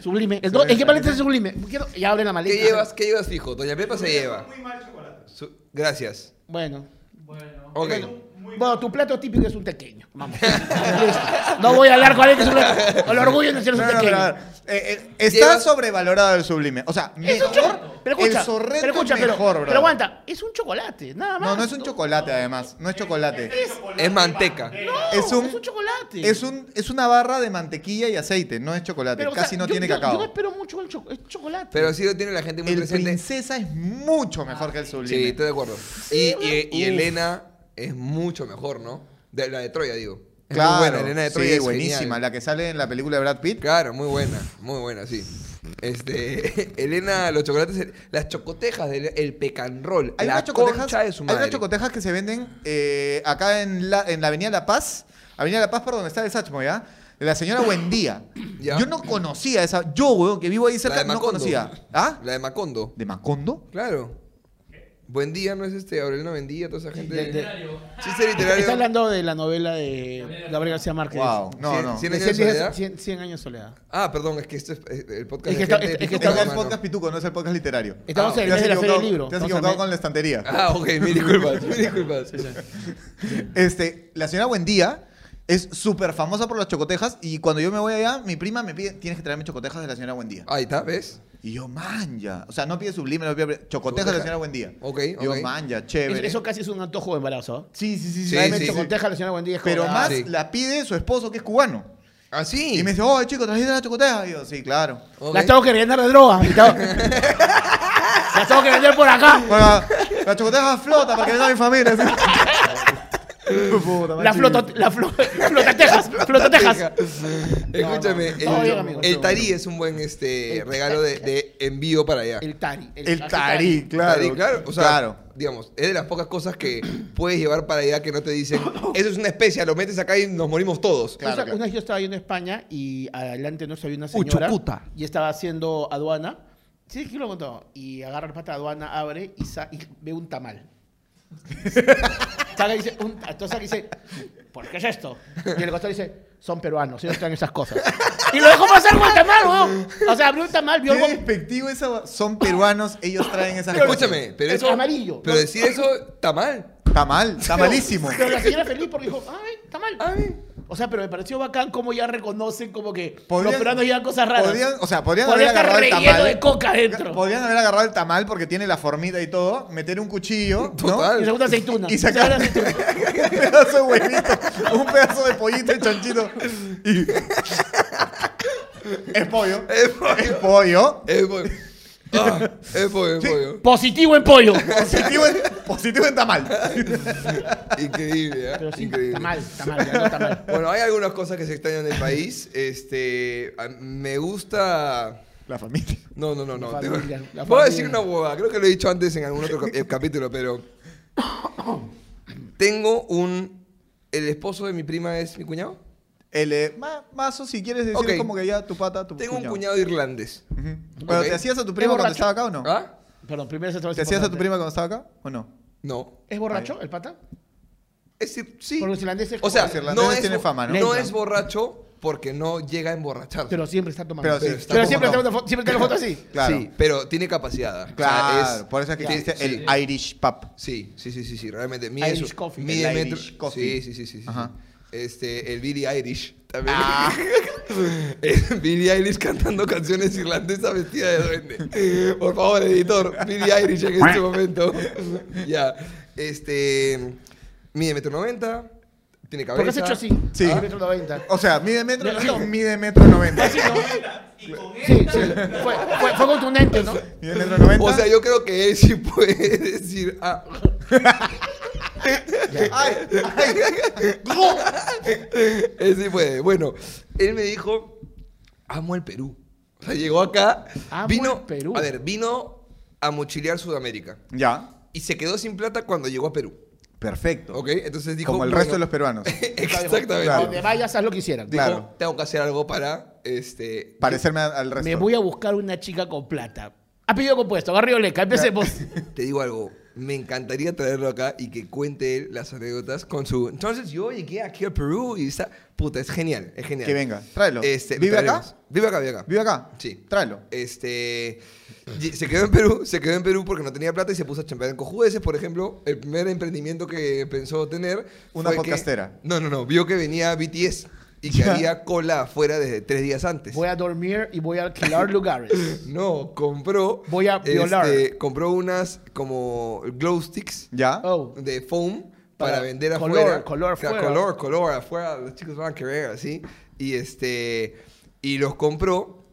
Speaker 2: Sublime. El do- ¿En qué maleta es el sublime? Quiero- ya abre la maleta.
Speaker 1: ¿Qué llevas, ¿Qué llevas fijo? Doña Pepa se lleva.
Speaker 5: Muy mal chocolate.
Speaker 1: Su- Gracias.
Speaker 2: Bueno.
Speaker 5: Bueno.
Speaker 1: Ok.
Speaker 5: Muy
Speaker 2: Bueno, tu plato típico es un tequeño. Vamos. Listo. No voy a hablar con alguien que es un plato. El orgullo de ser
Speaker 3: No,
Speaker 2: un
Speaker 3: no, no,
Speaker 2: tequeño.
Speaker 3: no, no. Eh, eh, está
Speaker 1: Llevas-
Speaker 3: sobrevalorado el sublime. O sea,
Speaker 2: Es un
Speaker 3: mejor,
Speaker 2: chocolate. Pero escucha,
Speaker 3: el sorreto
Speaker 2: pero, escucha,
Speaker 3: es
Speaker 2: pero-
Speaker 3: mejor,
Speaker 2: pero
Speaker 3: brother.
Speaker 2: aguanta, es un chocolate, nada más.
Speaker 3: No, no es un chocolate además, no es chocolate.
Speaker 5: Es,
Speaker 1: Es manteca.
Speaker 2: No,
Speaker 3: es
Speaker 2: es
Speaker 3: un-
Speaker 2: un, chocolate.
Speaker 3: Es, un, es una barra de mantequilla y aceite, no es chocolate.
Speaker 2: Pero, o sea,
Speaker 3: Casi no
Speaker 2: yo-
Speaker 3: tiene
Speaker 2: yo-
Speaker 3: cacao.
Speaker 2: Yo no espero mucho el cho- el chocolate.
Speaker 1: Pero sí lo tiene la gente muy
Speaker 3: el
Speaker 1: presente.
Speaker 3: princesa es mucho mejor que el sublime.
Speaker 1: Sí, estoy de acuerdo. Y, y- y
Speaker 3: Uf.
Speaker 1: Elena es mucho mejor, ¿no? De, la de Troya, digo. Es
Speaker 3: Claro,
Speaker 1: muy buena. Elena de Troya
Speaker 3: sí,
Speaker 1: es
Speaker 3: buenísima.
Speaker 1: genial.
Speaker 3: La que sale en la película de Brad Pitt.
Speaker 1: Claro, muy buena. Muy buena, sí. Este, Elena, los chocolates, las chocotejas, del, el pecanrol,
Speaker 3: Hay,
Speaker 1: la
Speaker 3: unas chocotejas,
Speaker 1: concha de su
Speaker 3: hay
Speaker 1: madre.
Speaker 3: unas chocotejas que se venden eh, acá en la, en la Avenida La Paz. Avenida La Paz, por donde está el Sachmo, ¿ya? De la señora Buendía.
Speaker 1: Ya.
Speaker 3: Yo no conocía esa. Yo, weón, que vivo ahí
Speaker 1: La
Speaker 3: cerca,
Speaker 1: de
Speaker 3: no
Speaker 1: Macondo.
Speaker 3: conocía. ¿Ah?
Speaker 1: La de Macondo.
Speaker 3: ¿De Macondo?
Speaker 1: Claro. Buen día, ¿no es este? Aurelino Bendía, toda esa gente.
Speaker 2: De- de-
Speaker 1: Chiste
Speaker 2: Está
Speaker 1: literario.
Speaker 2: hablando de la novela de Gabriel García Márquez.
Speaker 3: Wow. No,
Speaker 1: Cien-
Speaker 3: no.
Speaker 1: cien
Speaker 2: De
Speaker 1: años de
Speaker 2: 100 días-
Speaker 1: soledad.
Speaker 2: 100 100 años de soledad.
Speaker 1: Ah, perdón, es que esto es eh, el podcast
Speaker 2: Es que
Speaker 1: de
Speaker 2: está-
Speaker 1: gente
Speaker 2: es- es
Speaker 1: pituca,
Speaker 2: que estamos-
Speaker 3: Este es el
Speaker 1: mano.
Speaker 3: podcast pituco, no es el podcast literario.
Speaker 2: Estamos
Speaker 1: Ah,
Speaker 2: en
Speaker 3: Te
Speaker 2: el
Speaker 3: has
Speaker 2: mes de la Feria del
Speaker 3: equivocado-
Speaker 2: Libro.
Speaker 3: Te has
Speaker 2: Vamos a
Speaker 3: equivocado
Speaker 2: me-
Speaker 3: con la estantería.
Speaker 1: Ah, ok, mil disculpas, mil disculpas.
Speaker 3: Este, la señora Buendía es súper famosa por las chocotejas y cuando yo me voy allá, mi prima me pide, tienes que traerme chocotejas de la señora Buendía.
Speaker 1: Ahí está, ¿ves?
Speaker 3: Y yo, man, ya. O sea, no pide sublime, no pide chocotejas de la
Speaker 1: Chocoteja.
Speaker 3: señora Buendía.
Speaker 1: Ok,
Speaker 3: Yo,
Speaker 1: ok.
Speaker 3: man, ya,
Speaker 2: Eso,
Speaker 3: chévere.
Speaker 2: eso casi es un antojo de embarazo. ¿eh?
Speaker 3: Sí, sí, sí.
Speaker 1: Sí,
Speaker 3: sí,
Speaker 2: Realmente
Speaker 1: sí,
Speaker 3: chocotejas.
Speaker 2: chocoteja la señora Buendía. es como,
Speaker 3: Pero
Speaker 2: ah,
Speaker 3: más
Speaker 1: sí.
Speaker 3: la pide su esposo, que es cubano.
Speaker 1: Ah, sí.
Speaker 3: Y me dice, oh, chico, trajiste las chocotejas. Y yo, sí, claro.
Speaker 1: Ok.
Speaker 2: Las tengo que rellenar de droga. y tengo- las tengo que vender por acá.
Speaker 3: Bueno, la, la chocoteja flota para que venga mi familia. Puta, man,
Speaker 2: La
Speaker 3: sí.
Speaker 2: flota, la flo, flota Texas, flota Texas.
Speaker 1: Escúchame,
Speaker 2: No,
Speaker 1: el,
Speaker 2: no, no, bien, amigo,
Speaker 1: el
Speaker 2: bien,
Speaker 1: tarí
Speaker 2: amigo.
Speaker 1: es un buen este
Speaker 2: El-
Speaker 1: regalo de, de envío para allá.
Speaker 2: El tari.
Speaker 3: El tarí, claro.
Speaker 1: Tarí, claro. O sea,
Speaker 3: claro.
Speaker 1: digamos, es de las pocas cosas que puedes llevar para allá que no te dicen, eso es una especia, lo metes acá y nos morimos todos.
Speaker 3: Claro,
Speaker 2: Una-
Speaker 3: claro.
Speaker 2: Una vez yo estaba yendo a España y adelante no había una señora.
Speaker 1: Uchucuta.
Speaker 2: Y estaba haciendo aduana. Sí, que lo he contado. Y agarra el pata de aduana, abre y, sa- y ve un tamal. Saca y dice, un- entonces aquí dice, ¿por qué es esto? Y el costado dice, son peruanos, ellos traen esas cosas. Y lo dejó pasar con el tamal, weón. O sea, abrió un tamal, vio
Speaker 3: Qué
Speaker 2: algo
Speaker 3: despectivo esa. va- Son peruanos, ellos traen esas cosas.
Speaker 1: Escúchame, pero
Speaker 2: Es
Speaker 1: eso.
Speaker 2: amarillo.
Speaker 1: Pero decir eso está mal.
Speaker 3: Está mal, está malísimo.
Speaker 2: Pero la señora feliz porque dijo, ay, está mal.
Speaker 1: Ay.
Speaker 2: O sea, pero me pareció bacán cómo ya reconocen como que
Speaker 3: Podrían-
Speaker 2: los peruanos llevan cosas raras.
Speaker 3: podrían- o sea, podrían
Speaker 2: Podría
Speaker 3: haber
Speaker 2: estar
Speaker 3: agarrado el
Speaker 2: relleno
Speaker 3: tamal.
Speaker 2: de coca dentro.
Speaker 3: Podrían haber agarrado el tamal porque tiene la formita y todo, meter un cuchillo, ¿no?
Speaker 1: Total.
Speaker 2: Y segunda aceituna.
Speaker 3: Y sacar-
Speaker 2: Segunda aceituna.
Speaker 3: un pedazo de huevito, un pedazo de pollito y chanchito. Y... Es pollo.
Speaker 1: Es pollo.
Speaker 3: Es pollo.
Speaker 1: Es pollo. Ah, es pollo, es pollo.
Speaker 2: Positivo en pollo.
Speaker 3: Positivo en, positivo en tamal.
Speaker 1: Increíble, ¿eh?
Speaker 2: Pero sí,
Speaker 1: Increíble.
Speaker 2: está mal, está mal, ya no está mal.
Speaker 1: Bueno, hay algunas cosas que se extrañan del país. Este, a- me gusta.
Speaker 3: La familia.
Speaker 1: No, no, no, no.
Speaker 2: La
Speaker 1: Te voy-
Speaker 2: familia,
Speaker 1: Voy
Speaker 2: la
Speaker 1: a
Speaker 2: familia.
Speaker 1: decir una boba. Creo que lo he dicho antes en algún otro cap- eh, capítulo, pero tengo un. El esposo de mi prima es mi cuñado.
Speaker 3: El eh, ma- mazo, si quieres decir,
Speaker 1: Ok.
Speaker 3: es como que ya tu pata, tu
Speaker 1: Tengo un cuñado irlandés.
Speaker 3: Ujú. Pero,
Speaker 1: Ok.
Speaker 3: ¿te hacías a tu prima
Speaker 2: ¿Es
Speaker 3: cuando
Speaker 2: borracho?
Speaker 3: estaba acá o no?
Speaker 1: ¿Ah?
Speaker 2: Perdón, primero se te va
Speaker 3: ¿Te
Speaker 2: decir
Speaker 3: hacías a tu
Speaker 2: importante.
Speaker 3: prima cuando estaba acá o no?
Speaker 1: No.
Speaker 2: ¿Es borracho el pata?
Speaker 1: Es decir, sí.
Speaker 2: Porque los irlandeses.
Speaker 1: O sea,
Speaker 3: Los irlandeses
Speaker 1: no es,
Speaker 3: tienen
Speaker 1: bo-
Speaker 3: fama, ¿no?
Speaker 1: no es borracho porque no llega a emborracharse.
Speaker 2: Pero siempre está tomando.
Speaker 3: Pero
Speaker 2: Pero,
Speaker 3: sí,
Speaker 1: está
Speaker 2: siempre,
Speaker 3: tomando.
Speaker 2: está una fo- siempre tiene la foto así.
Speaker 3: Claro.
Speaker 1: Sí, pero tiene capacidad. O sea,
Speaker 3: Claro,
Speaker 1: es-
Speaker 3: por eso es que
Speaker 2: claro,
Speaker 3: existe
Speaker 1: sí.
Speaker 3: el Irish Pub.
Speaker 1: Sí, sí, sí, sí, sí, realmente. Mide
Speaker 2: Irish
Speaker 1: su-
Speaker 2: coffee.
Speaker 1: Mide
Speaker 3: El
Speaker 1: metro-
Speaker 3: Irish coffee.
Speaker 1: Sí, sí, sí, sí. sí,
Speaker 3: Ajá.
Speaker 1: sí. Este, el Billy Irish también. Billy Irish cantando canciones irlandesas vestida de duende. Por favor, editor, Billy Irish en este momento. ya. Este. mide metro noventa, tiene cabeza.
Speaker 2: Porque has hecho así.
Speaker 3: Sí.
Speaker 2: A metro noventa.
Speaker 3: O sea, mide metro,
Speaker 2: Ya,
Speaker 3: no,
Speaker 2: sí.
Speaker 3: mide metro noventa.
Speaker 2: Sí, ¿no?
Speaker 5: Y con
Speaker 2: Sí, sí.
Speaker 5: esta-
Speaker 2: Fue, fue, fue contundente, ¿no?
Speaker 3: Mide metro noventa.
Speaker 1: O sea, yo creo que él sí puede decir. Ah,
Speaker 3: Ay,
Speaker 1: él sí puede. Bueno, él me dijo: Amo el Perú. O sea, llegó acá.
Speaker 2: Amo
Speaker 1: vino,
Speaker 2: el Perú.
Speaker 1: A ver, vino a mochilear Sudamérica.
Speaker 3: ya.
Speaker 1: Y se quedó sin plata cuando llegó a Perú.
Speaker 3: Perfecto.
Speaker 1: ¿Ok? Entonces dijo.
Speaker 3: Como el resto de los
Speaker 1: bueno,
Speaker 3: peruanos.
Speaker 1: Exactamente.
Speaker 3: Claro.
Speaker 2: Donde vayas, haz lo que hicieran.
Speaker 1: Dijo,
Speaker 3: claro.
Speaker 1: Tengo que hacer algo para. Este,
Speaker 3: Parecerme a- al resto.
Speaker 2: Me voy a buscar una chica con plata. Ha pedido compuesto, Barrio Leca, empecemos.
Speaker 1: Te digo algo, me encantaría traerlo acá y que cuente él las anécdotas con su... Entonces yo llegué aquí a Perú y está... Puta, es genial, es genial.
Speaker 3: Que venga, tráelo.
Speaker 1: Este,
Speaker 3: ¿Vive acá?
Speaker 1: traeremos. Vive acá, vive acá.
Speaker 3: ¿Vive acá?
Speaker 1: Sí.
Speaker 3: Tráelo.
Speaker 1: Este... y Se quedó en Perú, se quedó en Perú porque no tenía plata y se puso a chambear en cojudeces, por ejemplo. El primer emprendimiento que pensó tener...
Speaker 3: Una
Speaker 1: fue que-
Speaker 3: podcastera.
Speaker 1: no, no, no. Vio que venía BTS y que
Speaker 3: Ya.
Speaker 1: había cola afuera desde tres días antes.
Speaker 2: Voy a dormir y voy a alquilar lugares.
Speaker 1: No, compró...
Speaker 2: Voy a violar.
Speaker 1: este, compró unas como glow sticks
Speaker 3: ¿Ya?
Speaker 2: Oh,
Speaker 1: de foam para,
Speaker 2: Para
Speaker 1: vender
Speaker 2: color,
Speaker 1: afuera.
Speaker 2: color
Speaker 1: Claro,
Speaker 2: afuera.
Speaker 1: Color, color afuera. Los chicos van a querer así. Y este y los compró.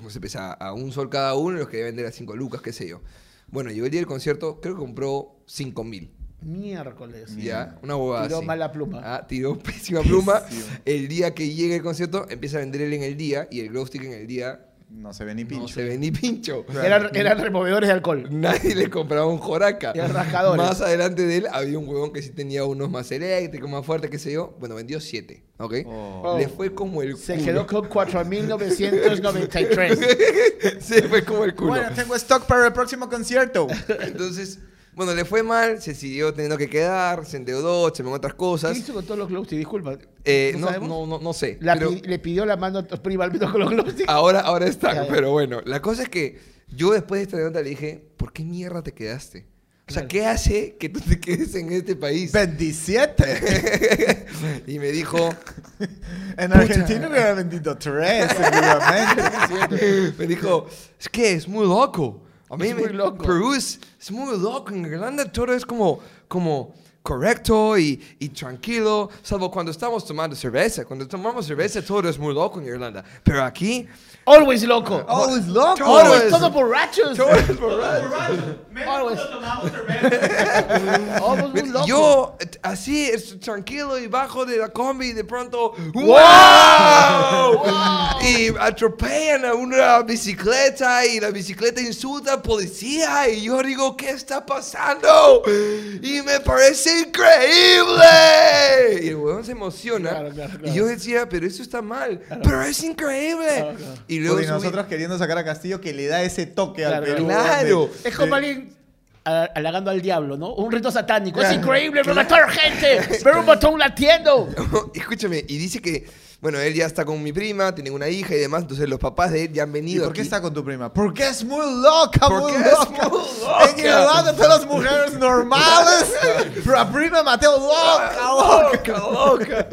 Speaker 1: No sé, pesa a un sol cada uno y los quería vender a cinco lucas, qué sé yo. Bueno, llegó el día del concierto, creo que compró cinco mil.
Speaker 2: miércoles.
Speaker 1: Ya, una bobada.
Speaker 2: Tiró
Speaker 1: así.
Speaker 2: mala pluma.
Speaker 1: Ah, tiró pésima pluma.
Speaker 3: Pésimo.
Speaker 1: El día que llega el concierto, empieza a vender él en el día y el glow stick en el día
Speaker 3: No se ve ni
Speaker 1: no
Speaker 3: pincho.
Speaker 1: se ve ni pincho.
Speaker 2: Eran, eran removedores de alcohol.
Speaker 1: Nadie le compraba un Joraca.
Speaker 2: Y rascadores.
Speaker 1: Más adelante de él había un huevón que sí tenía unos más eléctricos, más fuertes, qué sé yo. Bueno, vendió siete, ¿ok?
Speaker 3: Oh.
Speaker 1: Le fue como el culo.
Speaker 2: Se quedó con 4.993.
Speaker 1: Se fue como el culo.
Speaker 3: Bueno, tengo stock para el próximo concierto.
Speaker 1: Entonces, bueno, le fue mal, se siguió teniendo que quedar, se endeudó, se mamó otras
Speaker 2: ¿Qué
Speaker 1: cosas.
Speaker 2: hizo con todos los glowsticks? Disculpa.
Speaker 1: Eh,
Speaker 2: ¿No
Speaker 1: no,
Speaker 2: sabemos?
Speaker 1: no, no, no sé.
Speaker 2: La
Speaker 1: pero Ah.
Speaker 2: pi- le pidió la mano privadito con los glowsticks.
Speaker 1: ahora, ahora está.
Speaker 2: Ya, ya.
Speaker 1: Pero bueno, la cosa es que yo después de esta nota le dije, ¿por qué mierda te quedaste? O sea,
Speaker 2: Claro.
Speaker 1: ¿qué hace que tú te quedes en este país?
Speaker 3: 27.
Speaker 1: y me dijo,
Speaker 3: En Argentina era 23, seguramente.
Speaker 1: Me dijo, es que es muy loco. A mí
Speaker 2: Es
Speaker 1: me-
Speaker 2: muy loco.
Speaker 1: Perú es, es muy loco. En Irlanda todo es como, como correcto y, y tranquilo, salvo cuando estamos tomando cerveza. Cuando tomamos cerveza todo es muy loco en Irlanda. Pero aquí...
Speaker 2: Always loco.
Speaker 3: Oh, es loco.
Speaker 1: Todo
Speaker 2: Always
Speaker 1: es-
Speaker 2: todos borrachos.
Speaker 1: todo es borracho.
Speaker 5: Borracho, menos
Speaker 2: Always.
Speaker 5: cuando tomamos cerveza.
Speaker 2: Todos muy locos.
Speaker 1: Yo, eh, así, es tranquilo y bajo de la combi y de pronto, ¡wow! Y atropellan a una bicicleta y la bicicleta insulta al policía y yo digo, ¿qué está pasando? Y me parece increíble. Y el huevón se emociona.
Speaker 2: Claro, claro, claro.
Speaker 1: Y yo decía, pero eso está mal, pero es increíble.
Speaker 2: Claro, claro.
Speaker 1: Y luego...
Speaker 3: Y
Speaker 1: subí-
Speaker 3: nosotros queriendo sacar a Castillo que le da ese toque al
Speaker 2: Claro,
Speaker 3: Perú.
Speaker 1: claro.
Speaker 3: donde-
Speaker 2: Es
Speaker 1: eh,
Speaker 2: como alguien a- halagando al diablo, ¿no? Un rito satánico. Es increíble, pero mataron gente. Pero mató a un latiendo.
Speaker 1: Escúchame, y dice que, bueno, él ya está con mi prima, tienen una hija y demás, entonces los papás de él ya han
Speaker 3: ¿Y
Speaker 1: venido.
Speaker 3: por qué
Speaker 1: aquí.
Speaker 3: está con tu prima? Porque es muy loca, muy
Speaker 1: Porque es
Speaker 3: loca.
Speaker 1: muy loca.
Speaker 3: En Irlanda todas las mujeres normales. Pero a prima Mateo loca,
Speaker 2: Ah,
Speaker 3: loca.
Speaker 1: loca, loca.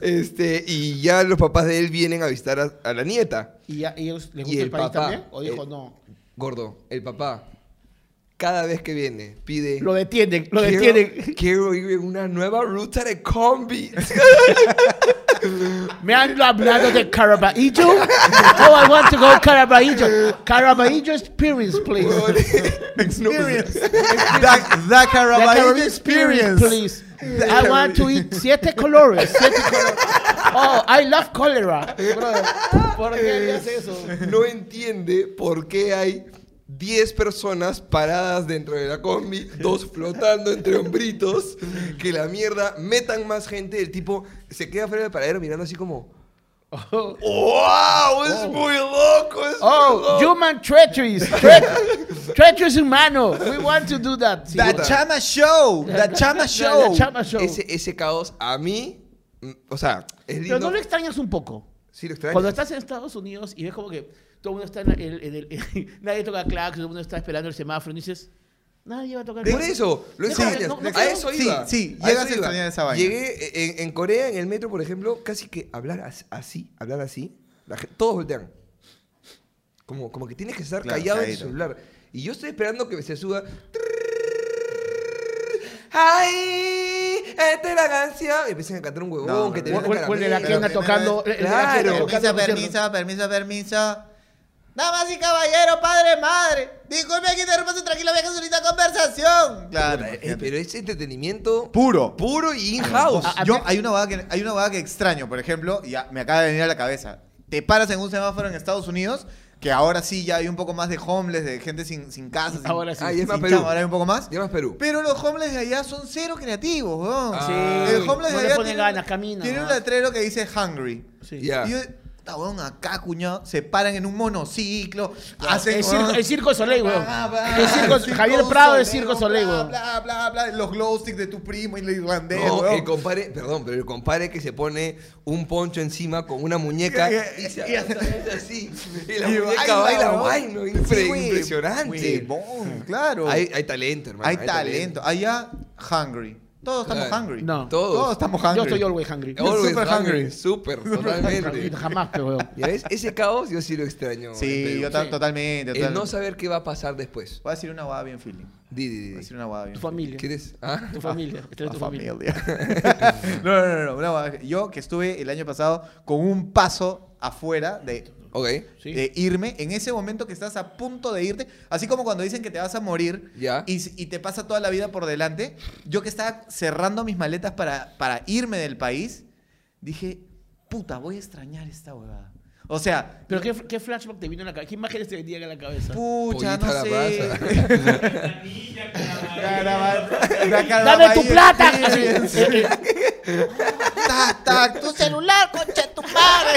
Speaker 1: Este, y ya los papás de él vienen a visitar a, a la nieta.
Speaker 2: ¿Y a ellos les
Speaker 1: Y
Speaker 2: gusta el,
Speaker 1: el
Speaker 2: país
Speaker 1: papá, Eh,
Speaker 2: también? ¿O dijo
Speaker 1: el-
Speaker 2: no?
Speaker 1: Gordo, el papá, cada vez que viene, pide.
Speaker 2: Lo detienen, lo
Speaker 1: "Quiero-
Speaker 2: detienen.
Speaker 1: Quiero ir en una nueva ruta de combi.
Speaker 2: Me han hablado de Caraballo. Oh, I want to go Caraballo. Caraballo experience, please.
Speaker 3: Experience. Da, da
Speaker 2: The
Speaker 3: Carabao
Speaker 2: Caribbean
Speaker 3: experience.
Speaker 2: experience, please. I want to eat siete colores. Siete colores. Oh, I love cholera. Brother, ¿Por qué harías eso?
Speaker 1: No entiende por qué hay 10 personas paradas dentro de la combi, dos flotando entre hombritos, que la mierda metan más gente. El tipo se queda fuera del paradero mirando así como.
Speaker 2: Oh.
Speaker 1: ¡Wow! ¡Es muy loco! ¡Es muy
Speaker 2: Oh,
Speaker 1: loco".
Speaker 2: human treacheries. Tre treacheries humano. We want to do that. Sí.
Speaker 3: Da Chama Show. Da Chama
Speaker 2: La
Speaker 3: Show.
Speaker 2: chama show.
Speaker 1: Ese, ese caos a mí, mm, o sea, es lindo.
Speaker 2: Pero no lo extrañas un poco.
Speaker 1: sí, lo extraño.
Speaker 2: Cuando estás en Estados Unidos y ves como que todo el mundo está en el. en el- nadie toca clax, todo el mundo está esperando el semáforo y dices. Nadie va a tocar
Speaker 1: Por
Speaker 2: claxon".
Speaker 1: eso, lo
Speaker 2: Sí,
Speaker 1: extrañas.
Speaker 2: no- no
Speaker 1: a
Speaker 2: creo-
Speaker 1: eso
Speaker 3: sí,
Speaker 1: iba.
Speaker 3: sí,
Speaker 1: a eso
Speaker 3: llegas a
Speaker 1: iba.
Speaker 3: extrañar esa vaina.
Speaker 1: Llegué en, en Corea, en el metro, por ejemplo, casi que hablar as- así, hablar así, la gen- todos voltean. Como, como que tienes que estar
Speaker 3: Claro,
Speaker 1: callado en el
Speaker 3: caído.
Speaker 1: celular. Y yo estoy esperando que se suba. ¡Ay! esta es la canción. Y empiezan a cantar un huevón
Speaker 3: No,
Speaker 1: que te
Speaker 3: no,
Speaker 2: O-
Speaker 1: viene
Speaker 2: o- o el de la
Speaker 3: Pero
Speaker 2: tienda
Speaker 3: primero
Speaker 2: tocando.
Speaker 3: es-
Speaker 2: el de la tienda
Speaker 1: Claro.
Speaker 2: tocando
Speaker 3: Permiso,
Speaker 2: el concierto.
Speaker 3: permiso, permiso, permiso. Damas y caballero, padre, madre. Disculpe que interrumpa su tranquila vieja solita conversación. Claro. Ah,
Speaker 1: Eh, Pero es entretenimiento
Speaker 3: Puro.
Speaker 1: puro y in-house.
Speaker 2: A- a-
Speaker 3: Yo, hay una huevada que, hay una huevada que extraño, por ejemplo, y ya me acaba de venir a la cabeza. Te paras en un semáforo en Estados Unidos, que ahora sí ya hay un poco más de homeless, de gente sin, sin casa, sin,
Speaker 2: Ahora sí.
Speaker 3: sin
Speaker 1: Ah, y es más
Speaker 3: chamba,
Speaker 1: Perú.
Speaker 3: ahora hay un poco más.
Speaker 1: Llamas Perú.
Speaker 3: Pero los homeless de allá son cero creativos, weón.
Speaker 1: Ah. Sí.
Speaker 3: El homeless
Speaker 2: No
Speaker 3: de
Speaker 2: le
Speaker 3: allá
Speaker 2: ponen
Speaker 3: tiene,
Speaker 2: ganas, camina
Speaker 3: tiene un
Speaker 2: nomás.
Speaker 3: letrero que dice hungry.
Speaker 2: Sí.
Speaker 1: Ya.
Speaker 3: Y yo, "Ta, weón, acá, cuñado, se paran en un monociclo, hacen...
Speaker 2: Ah, El circo,
Speaker 3: weón,
Speaker 2: el circo de Soleil, weón.
Speaker 1: Ah,
Speaker 3: bla, bla,
Speaker 2: El circo-
Speaker 3: Circo
Speaker 2: Javier Prado
Speaker 3: Soleil,
Speaker 2: es Circo Soleil,
Speaker 3: bla,
Speaker 2: weón.
Speaker 3: Bla, bla, bla, los glow sticks de tu primo y los irlandés,
Speaker 1: No,
Speaker 3: weón.
Speaker 1: el compare, perdón, pero el compare que se pone un poncho encima con una muñeca y se
Speaker 3: Y-
Speaker 1: abraza así. Y la
Speaker 3: Y
Speaker 1: muñeca baila,
Speaker 3: weón.
Speaker 1: vaino,
Speaker 3: Sí,
Speaker 1: impre-
Speaker 3: güey.
Speaker 1: impresionante.
Speaker 3: Huevón, claro.
Speaker 1: Hay, hay talento, hermano.
Speaker 3: Hay talento. Allá, hungry. Todos estamos
Speaker 1: Claro.
Speaker 3: hungry.
Speaker 2: No.
Speaker 1: Todos.
Speaker 3: Todos estamos hungry.
Speaker 2: Yo estoy always hungry.
Speaker 1: Always
Speaker 3: Super
Speaker 1: hungry,
Speaker 3: hungry.
Speaker 1: Super,
Speaker 2: Tranquilo,
Speaker 1: totalmente.
Speaker 2: Jamás, pero weón.
Speaker 1: ¿Ya ves? Ese caos yo sí lo extraño. en
Speaker 3: Sí,
Speaker 1: Perú.
Speaker 3: yo ta-
Speaker 2: Sí.
Speaker 3: totalmente.
Speaker 1: El este, no
Speaker 3: totalmente.
Speaker 1: saber qué va a pasar después.
Speaker 3: Voy a decir una guada bien feeling.
Speaker 1: Di, di,
Speaker 3: Voy a
Speaker 1: di.
Speaker 3: decir una guada bien
Speaker 2: Tu
Speaker 3: feeling.
Speaker 2: familia.
Speaker 1: ¿Quieres? Ah.
Speaker 2: Tu familia. Extraño
Speaker 3: A
Speaker 2: tu familia.
Speaker 3: no, no, no, no, una guada- Yo que estuve el año pasado con un paso afuera de
Speaker 1: Ok.
Speaker 2: Sí.
Speaker 1: Eh.
Speaker 3: de eh, irme en ese momento que estás a punto de irte, así como cuando dicen que te vas a morir
Speaker 1: Ya.
Speaker 3: y, s- y te pasa toda la vida por delante, yo que estaba cerrando mis maletas para, para irme del país, dije, puta, voy a extrañar esta huevada. O sea,
Speaker 2: Pero qué, qué flashback te vino en la cabeza. ¿Qué imágenes te vendían en la cabeza?
Speaker 3: pucha,
Speaker 1: Pollita
Speaker 3: no
Speaker 1: a la
Speaker 3: sé.
Speaker 5: La niña,
Speaker 3: Caraba- la
Speaker 2: ¡Dame tu
Speaker 3: Carabao
Speaker 2: plata!
Speaker 3: Experience.
Speaker 2: Así, eh, eh,
Speaker 3: Tac, tac, tu celular, concha de tu madre.